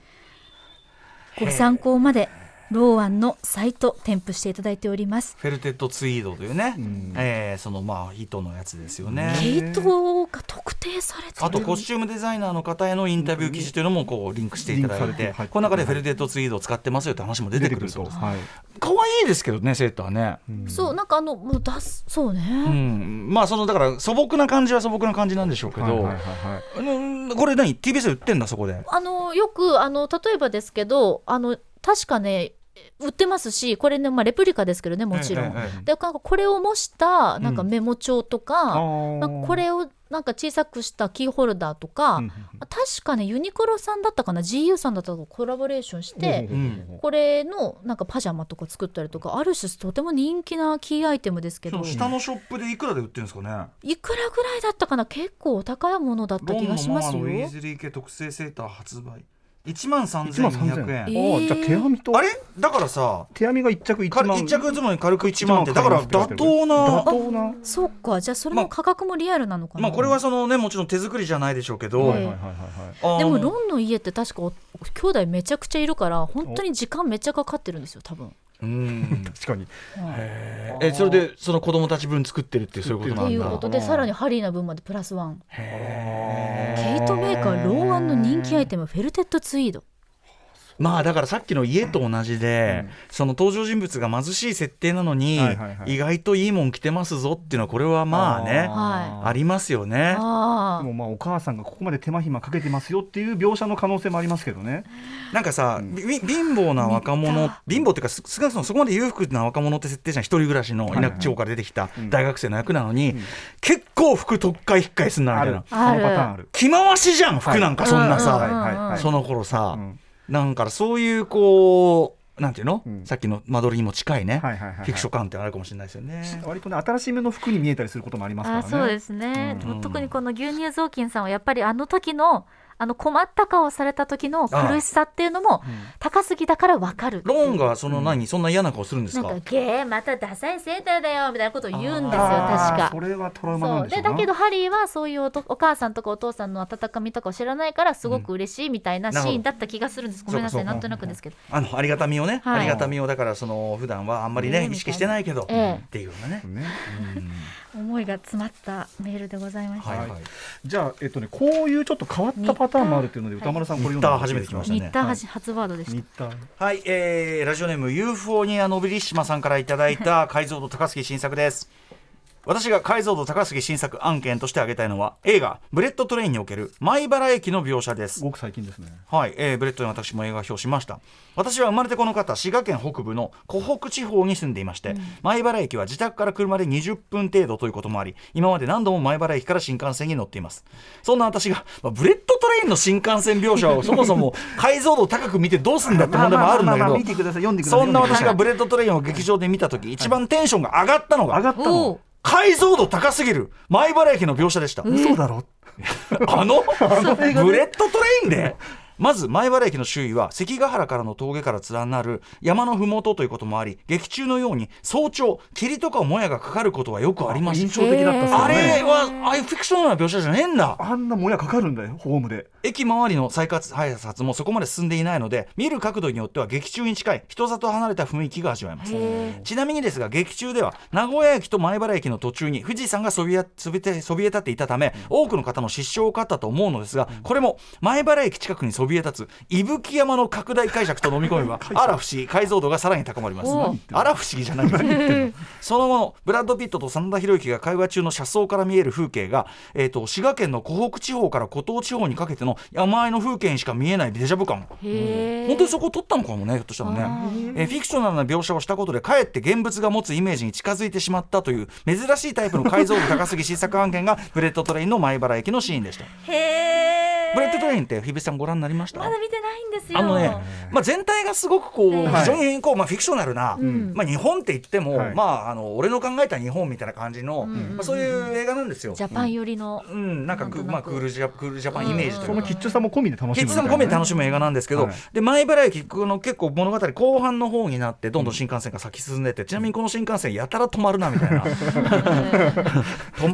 ご参考までローアンのサイト添付していただいております
フェルテッドツイードというね、えーそのまあ糸のやつですよね。
系統が特定されてる
あとコスチュームデザイナーの方へのインタビュー記事というのもこうリンクしていただ
リ
い
ンクされ
て
てはい
この中でフェルテッドツイードを使ってますよって話も出てくるそうです
はい。
可愛いですけどねセーターね、
そうなんかあのもう出すそうね、
うん、まあそのだから素朴な感じは素朴な感じなんでしょうけど、
はいはいはいはい。
うんこれ何 TBS で売ってんだそこで
あのよくあの例えばですけどあの確かね売ってますしこれね、まあ、レプリカですけどねもちろん、
えええ
でなんかこれを模したなんかメモ帳とか,、
ー
なんかこれをなんか小さくしたキーホルダーとか、
うんうん
確かねユニクロさんだったかな GU さんだったとコラボレーションして、
えうん
これのなんかパジャマとか作ったりとかある種とても人気なキーアイテムですけ
そ
ど
の下のショップでいくらで売ってるんですかね
いくらぐらいだったかな結構お高いものだった
ロ
気
ンの
がし
マ
ま
マ
す
の
よ。
イーズリー系特製セーター発売1万3200
13,200
円
え
ああ、じゃあ手編みと。
あれだからさ
手編みが一着一
か
万。
一着ずもに軽く1万って
一
だ
万
から
買います
妥当な
妥当な。はい
そっかじゃあそれも価格もリアルなのかな、
まあこれはそのねもちろん手作りじゃないでしょうけど、
ええ
はいはいはい。
あの
でもロンの家って確かお兄弟めちゃくちゃいるから本当に時間めっちゃかかってるんですよ多分。
うん
確かに。
えそれでその子供たち分作ってるっていうそういうこと
っていう
な
こ
んだ
とでさらにハリーな分までプラスワンケイトメーカーローアンの人気アイテムフェルテッドツイード
まあだからさっきの家と同じで、その登場人物が貧しい設定なのに、
はいはいはい
意外といいもん着てますぞっていうのはこれはまあねあ
は
りますよね。
あ
で
あ
もまあお母さんがここまで手間暇かけてますよっていう描写の可能性もありますけどね。
なんかさ、びび貧乏な若者貧乏っていうかす少なくともそこまで裕福な若者って設定じゃん一人暮らしの
いは
田
い
舎地方から出てきた大学生の役なのに、結構服特っかえ引っかえすんなみたいな
そのパターンある。
着回しじゃん服なんかそんなさ、
はいはいはい。
その頃さ、
うん
なんかそういうこうなんていうの、
ん
さっきの間取りにも近いね、
はいはいはいはい
フィクション感ってあるかもしれないですよね。
割とね新しめの服に見えたりすることもありますから
あ
ね。
そうですね、でも特にこの牛乳雑巾さんはやっぱりあの時のあの困った顔をされた時の苦しさっていうのも高すぎだからわかるっていう
ローンがその何、そんな嫌な顔するんです
な
か
んかゲーまたダサいセーターだよみたいなことを言うんですよ確
あー
か
それはトラウマな
そ
ん
う
でし
で
ょうな
だけどハリーはそういうおとお母さんとかお父さんの温かみとかを知らないからすごく嬉しいみたいなシ
なるほ
ー
ど
ンだった気がするんです、ごめんなさ
そう
い
かそ
な
うか
んとなくですけど
あのありがたみをね、
はい
ありがたみをだからその普段はあんまりね、
ね
意識してないけど、
ええ
っていうようなね。
ね。
思いが詰まったメールでございました、
はいはい。
じゃあえっとねこういうちょっと変わったパターンもあるっていうので歌丸さんこれ読んでほしいですか
ニッター初めて来ました
ニッター初初ワードでした、
ニッター
はい、えーラジオネーム UFO ニアノビリッシマさんからいただいた解像度高杉新作です。私が解像度高杉新作案件として挙げたいのは映画「ブレッドトレイン」における米原駅の描写です
す。ごく最近ですね。
はい、えーブレッドに私も映画表しました私は生まれてこの方滋賀県北部の湖北地方に住んでいまして、米原駅は自宅から車で20分程度ということもあり今まで何度も米原駅から新幹線に乗っていますそんな私が、まあブレッドトレインの新幹線描写 をそもそも解像度高く見てどうすんだって問題もあるんだけ
まままま
ど
見てください読んでください。
そんな私が
読
ブ
で
レッドトレインを劇場で見た時一番テンションが上がったの
ください上が
が
ったの。
解像度高すぎる米原駅の描写でした
嘘だろ。
あのブレッドトレインでまず前原駅の周囲は関ヶ原からの峠から連なる山の麓ということもあり劇中のように早朝霧とかもやがかかることはよくありま
印
す
象的だったっすよね。
あれはああいうフィクショナルな描写じゃねえんだ
あんなもやかかるんだよホームで。
駅周りの再発配達もそこまで進んでいないので見る角度によっては劇中に近い人里離れた雰囲気が味わえますちなみにですが劇中では名古屋駅と前原駅の途中に富士山がそびえそびえそびえ立っていたため多くの方の失笑を買ったと思うのですがこれも前原駅近くにそびえ立つ伊吹山の拡大解釈と飲み込めばあら不思議解像度がさらに高まりますあら不思議じゃないですその後のブラッド・ピットと真田広之が会話中の車窓から見える風景が、えー、と滋賀県の湖北地方から湖東地方にかけての山あいの風景にしか見えないデジャブ感本当にそこを撮ったのかもねひょっとしたらね、えーフィクショナルな描写をしたことでかえって現物が持つイメージに近づいてしまったという珍しいタイプの解像度高すぎ新作案件がブレッドトレインの前原駅のシーンでしたブレッドトレインって日比さんご覧になりました
まだ見てないんですよ
あのね、まあ、全体がすごくこう、
はい
非常にこう、まあ、フィクショナルな、まあ、日本って言っても、
はい
まあ、あの俺の考えた日本みたいな感じの、まあ、そういう映画なんですよ。
ジャパン寄りの、
うん、なんか
なん
ク,、
となく
まあ、クールジャクールジャパンイメージというか、
そのキッチュさも込みで楽しむみた
キ
いなね。
ッズさんも込みで楽しむ映画なんですけど、
はい
で前原駅この結構物語後半の方になってどんどん新幹線が先進んでってちなみにこの新幹線やたら止まるなみたい な。と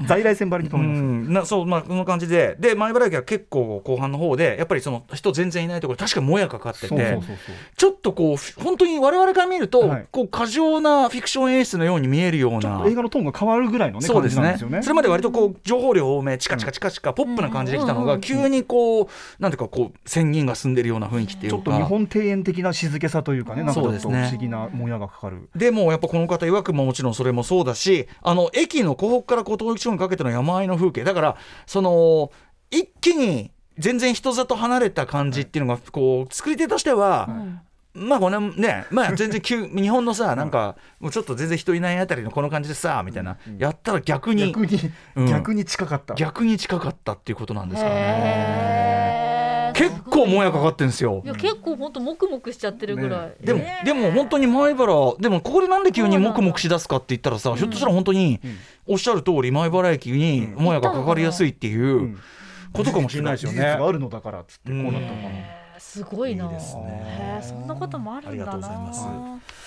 在来線ばりに止
う
まります。
んなそうまあこの感じでで前原駅は結構こ後半の方でやっぱりその人全然いないところ確かにもやかかってて
そうそうそうそう
ちょっとこうふ本当に我々から見ると、
はい
こう過剰なフィクション演出のように見えるよう
ちょ
な
っと映画のトーンが変わるぐらいのね
そう
感
で
じ
す
なん
ね
ですよね
それまで割とこう情報量多めチカチカチカチカポップな感じできたのが、急にこうなんていうかこう宣言が進んでるような雰囲気っていう
ち
か
ょっと日本庭園的な静けさというかねなんかちょ
そうで
っ
す
と不
ね
思議なもやがかかる
でもやっぱこの方曰くももちろんそれもそうだしあの駅の湖北から江東地方にかけての山あいの風景だからその一気に全然人里離れた感じっていうのがこう作り手としては、まあこの ねまあ全然急日本のさなんかもうちょっと全然人いないあたりのこの感じでさみたいな、やったら逆に
逆に、
うん
逆に近かった
逆に近かったっていうことなんですかね。結構もやかかってんですよ
い。や結構本当もくもくしちゃってるぐらい、
でも、でも本当に前原、でもここでなんで急にもくもくしだすかって言ったらさ、ひょっとしたら本当におっしゃる通り、前原駅にもやがかかりやすいっていうことかもしれないですよ
事
ね
実。があるのだからっつってこうなったのかな、
すごいな。
いいですね
へえそんなこともあるんだな。
ありがとうございます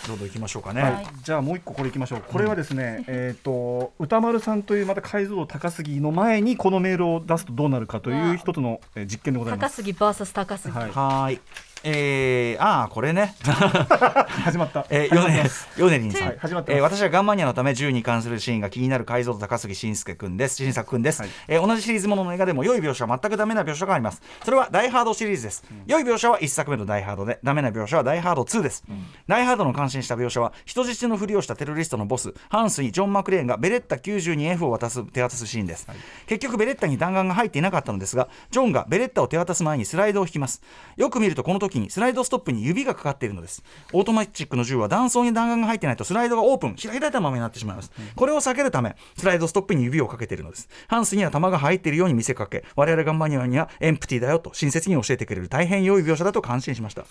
どうぞ行きましょうかね。
はい、じゃあもう一個これいきましょうこれはですね、えっ、と歌丸さんというまた解像度高すぎの前にこのメールを出すとどうなるかという一つのえー実験でございま
高
す
すぎ VS 高すぎ。
は
は
い
ーい。えー、ああ、これね。
始まった、
えー、ヨネヨネリンさん、
はい始まってま
え
す
ー私はガンマニアのため銃に関するシーンが気になる解像度高杉晋介君です晋作君です、
はい
えー同じシリーズものの映画でも良い描写は全くダメな描写がありますそれはダイハードシリーズです、良い描写は1作目のダイハードでダメな描写はダイハード2です、ダイハードの感心した描写は人質のふりをしたテロリストのボスハンスにジョン・マクレーンがベレッタ 92F を渡す手渡すシーンです、結局ベレッタに弾丸が入っていなかったのですがジョンがベレッタを手渡す前にスライドを引きますよく見るとこの時にスライドストップに指がかかっているのですオートマチックの銃は弾倉に弾丸が入ってないとスライドがオープン開かれたままになってしまいます、これを避けるためスライドストップに指をかけているのですハンスには弾が入っているように見せかけ我々ガンマニアにはエンプティだよと親切に教えてくれる大変良い描写だと感心しました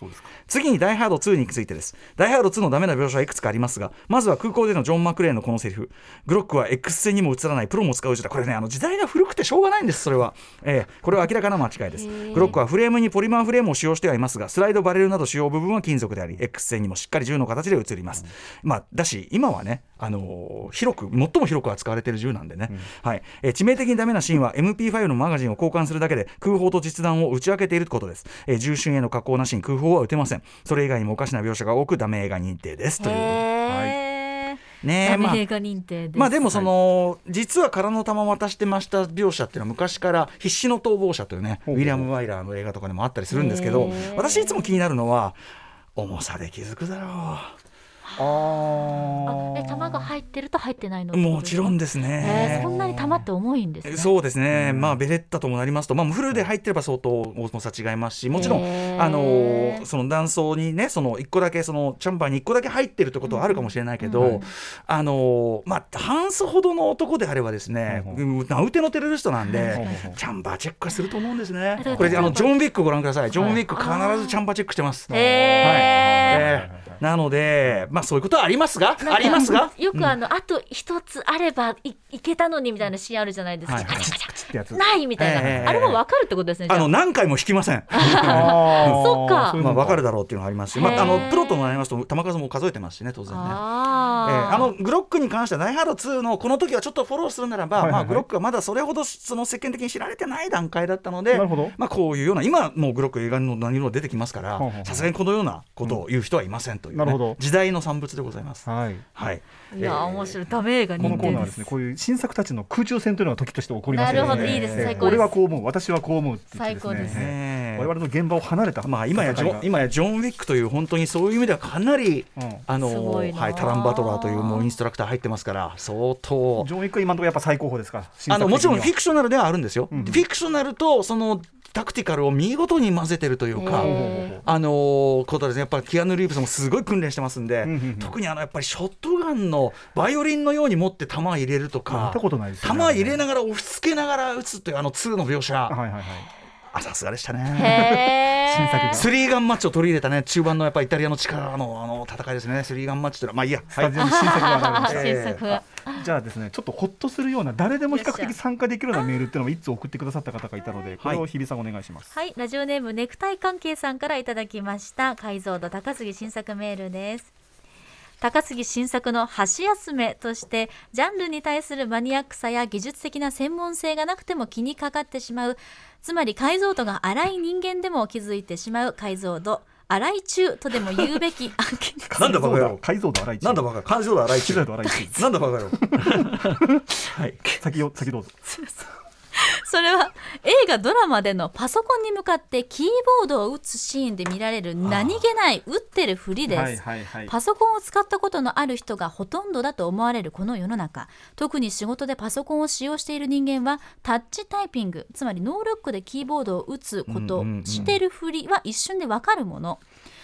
次にダイハード2についてですダイハード2のダメな描写はいくつかありますがまずは空港でのジョン・マクレーンのこのセリフグロックは X 線にも映らないプロも使う銃だこれねあの時代が古くてしょうがないんですそれは、ええこれは明らかな間違いですグロックはフレームにポリマーフレームを使用してはいますがスライドバレルなど使用部分は金属であり X 線にもしっかり銃の形で映ります、まあだし今はねあのー広く最も広く扱われている銃なんでね、はいえー致命的にダメなシーンは MP5 のマガジンを交換するだけで空砲と実弾を打ち明けていることです、えー銃身への加工なしに空砲は撃てませんそれ以外にもおかしな描写が多くダメ映画認定ですということ
へ
で
え。
ねえ
ダ
まあ
メ映画認定です。
まあでもその、実は空の玉渡してました描写っていうのは昔から必死の逃亡者というねウ
うほう
ィリアム・ワイラーの映画とかでもあったりするんですけど私いつも気になるのは重さで気づくだろ
あえ玉が入ってると入ってないの。
うもちろん。です
へえ
ね
そんなに玉って重いんですね。
そうですね、まあ、ベレッタともなりますと、まあ、フルで入ってれば相当重さ違いますし、もちろん、
へー
あのーその断層にね、その1個だけ、そのチャンバーに1個だけ入ってるってことはあるかもしれないけど、あのーまあ、ハンスほどの男であればですね、
うん
うん、名うてのテロリストなんで、
うん
チャンバーチェックはすると思うんですね
うん。
これ、あのジョン・ウィックご覧ください、ジョン・ウィック、必ずチャンバーチェックしてます。
へえ。
ええなので、まあ、そういうことはありますが、ありま すが。
よくあの、あと一つあればいいけたのにみたいなシーンあるじゃないですか。
はいはい
カチャカチ
チってや
ャ
つ
ないみたいな、
ええ
あれもわかるってことですね。じゃ
あ
あ
の何回も引きません。
あー
そっか
ういう
ま
も
あ、
んか
わかるだろうっていうのがありますし、まあ、あ
へ
の
ー
プロともなりますと球数も数えてますしね当然ね。え
あ
ー
ー
あのグロックに関しては、ダイハード2のこの時はちょっとフォローするならば、
はいはい
ま
は
あ、
い
グロックはまだそれほどその世間的に知られてない段階だったので
なるほど、
まあ、こういうような、今、もうグロック映画の何も出てきますから
ほうほうほ、う
さすがにこのようなことを言う人はいませんというね、
なるほど
時代の産物でございます。
はい
はい、
いや、面白い。ダメ映画
この
認
コー
定
ナー
で
はですすね。こういう新作たちの空中戦というのが時として起こりますよね
なるほどいいです
えー
最高です
俺はこう思う私はこう思うって言って
最高です
ね
えー
我々の現場を離れた
まあ、今やジョン今やジョン・ウィックという本当にそういう意味ではかなり、
うん
あの
すごいなあ
はい、タラン・バトラーというもうインストラクター入ってますから相当
ジョン・ウィックは今のところやっぱ最高峰ですか
あのもちろんフィ
ク
クショナルではあるんですよ、フィクショナルとそのタクティカルを見事に混ぜてるというか。あのーことですねやっぱりキアヌ・リーブスもすごい訓練してますんで、
んうんうん
特にあのやっぱりショットガンのバイオリンのように持って弾入れるとか
見たことないですね
弾入れながら押し付けながら打つというあの2の描写、
はいはいはい
あさすがでした
へ
ね。
え。
新作が
スリーガンマッチを取り入れたね中盤のやっぱりイタリアの力のあの戦いですねスリーガンマッチというのはまあいいや、
スタジオに新作が現れまし
あ
た
新作が。
じゃあですねちょっとほっとするような誰でも比較的参加できるようなメールっていうのをいつ送ってくださった方がいたのでこれを日比さんお願いします、
はい、ラジオネームネクタイ関係さんからいただきました。解像度高杉新作メールです。
高杉晋作の箸休めとしてジャンルに対するマニアックさや技術的な専門性がなくても気にかかってしまうつまり解像度が荒い人間でも気づいてしまう解像度荒い中とでも言うべき 案件
なんだバカ野郎
解像度荒い
なんだバカ感情度荒い
解 像度荒い
なんだバカ野郎
はい先を先どうぞ
それは映画ドラマでのパソコンに向かってキーボードを打つシーンで見られる何気ない打ってるふりです、
はいはいはい
パソコンを使ったことのある人がほとんどだと思われるこの世の中特に仕事でパソコンを使用している人間はタッチタイピングつまりノールックでキーボードを打つこと、
うんうんうん
してるふりは一瞬でわかるもの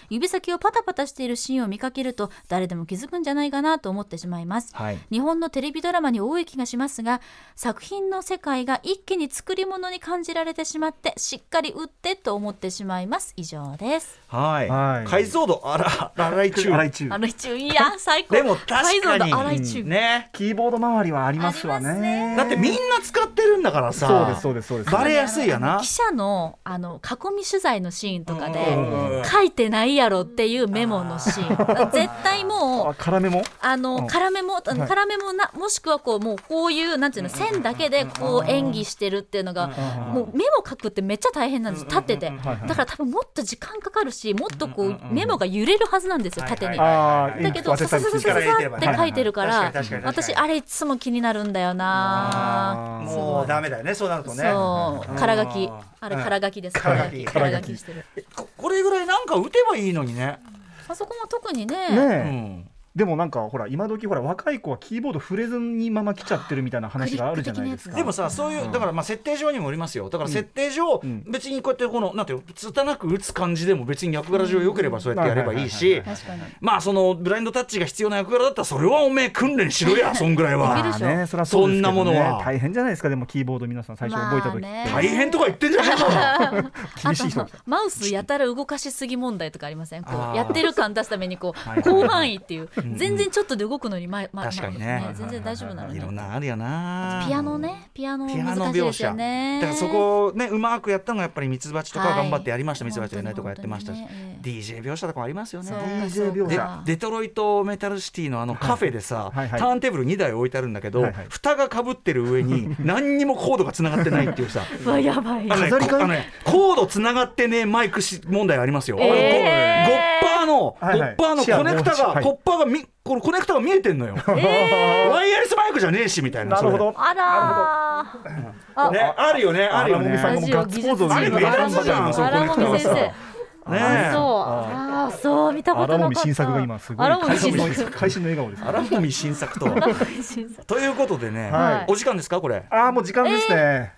指先をパタパタしているシーンを見かけると誰でも気づくんじゃないかなと思ってしまいます、
はい
日本のテレビドラマに多い気がしますが作品の世界が一気に作り物に感じられてしまってしっかり打ってと思ってしまいます以上です
はい、
はい
解像度荒荒い中
荒い中
あの一応いや最高
でも確か
解像
に
度荒い中、
ね
キーボード周りはありますわ
あります
ね
だってみんな使ってるんだからさ
そうですそうですそうです
バレやすいやな
記者のあの囲み取材のシーンとかで
うん
書いてないやろっていうメモのシーン絶対も
あ
う
辛めも
あの
うん
絡めもあの
はい
絡めもなもしくはこうもうこういうなんていうの線だけでこう演技してるっていうのがもうメモ書くってめっちゃ大変なんです立ってて
はいはい
だから多分もっと時間かかるしもっとこうメモが揺れるはずなんですよ縦に。
あー
だ
鉛
け
筆
ど
を当
さ
てた
さささ
りす
さ
力
る
入れて
さ
れば
って書いてるから
確かに確かに確か
私
に
あれいつも気になるんだよな
あー
もうダメだよねそうなるとね
そう、
ん
空書き、あれ
うん
空書きです。
空書き
空書きしてる。
ここれぐらいなんか打てばいいのにね、
パソコンは特にね、
う
ねえ
ん、
でもなんかほら今時ほら若い子はキーボード触れずにまま来ちゃってるみたいな話があるじゃないですか
でもさそういうだからまあ設定上にもおりますよだから設定上、
うん
別にこうやってこのなんていうの拙く打つ感じでも別に役柄上良ければそうやってやればいいし
確かに。
まあそのブラインドタッチが必要な役柄だったらそれはおめえ訓練しろやそんぐらい
でき
は
る。しょ
まあねそりゃそ
そ
うですけどね
んなものは
大変じゃないですかでもキーボード皆さん最初覚えた時、
まあね
大変とか言ってんじゃねえぞ
厳しい人
あとあのマウスやたら動かしすぎ問題とかありませんこ
あー
うやってる感出すためにこ
は
う
いはいはい
広範囲っていう全然ちょっとで動くのに前、ま
確かにね
前全然大丈夫なの
い
に
ろんなあるよな
ピアノねピアノ
ピアノ
難しい
描
です
写
よね
だからそこをねうまくやったのがやっぱりミツバチとか頑張ってやりましたミツバチがいないとかやってましたし
本当に本
DJ 描写とかもありますよね
そうか
DJ
そう
描
で
か
デトロイトメタルシティのあのカフェでさ、
はいはい
ターンテーブル2台置いてあるんだけど、
はいはい
蓋がかぶってる上 に何にもコードがつながってないっていうさ
うわやばい
あのね
飾り替え
こあのねコードつながってねえマイクし問題ありますよ、あの
えー
ゴゴッパー
はい
の、
はい
ゴッパーのコネクタ
シア
が、
のはい
コッパーがみこのコネクタが見えてんのよ、ワイヤレスマイクじゃねえしみたいな
なるほど
あらー
それねあるよねあるよ
あらもみ
ね
さんがもうガッツポーズを
あれ目立つじゃんそこ
あら
コネ
も
クタ
み
が
先
さ
生
ね
あ
え
そうあーそう見たことな
荒
かっ
み
た
新作が今すごい
荒み
会心
新
の
作
会心の笑顔です、
荒もみ新作とは
新作
ということでね、
はい
お時間ですかこれ
ああもう時間ですね、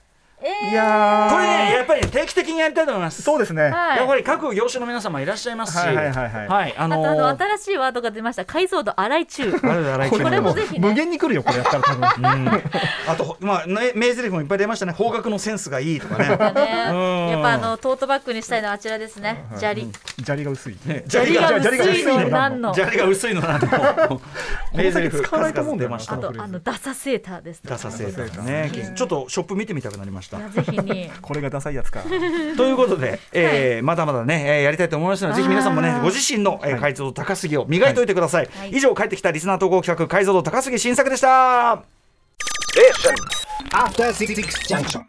いやー
これねやっぱりね定期的にやりたいと思います
そうですね、
はい
やっぱり各業種の皆様いらっしゃいますし、
はいはいはいはい
はいあ
あ
の
とあの
ー、
新しいワードが出ました解像度荒い中
あれだ荒井
こ
君
れで
の
も
ぜひね
無限に来るよこれやったら多分、
あとまあね名台詞もいっぱい出ましたね方角のセンスがいいとかね
だね
うん
やっぱあのトートバッグにしたいのはあちらですね砂利
砂利が薄い
砂利
が
が
薄いのなんの
砂利が薄いの なんてもう名台詞
使わない
数
と思
々
うんだ
出
よな
まし
あ
た
こ
とあのダサセーターですと
ダ
か
サセーターねちょっとショップ見てみたくなりました
いやぜひに
これがダサいやつ か
ということで、えーまだまだね、えーやりたいと思いますので、ぜひ皆さんもね
あー、
ご自身の、えー解像度高すぎを磨いておいてください。
はい
以上、帰ってきたリスナー投稿企画、解像度高すぎ新作でした。
After Six Junction.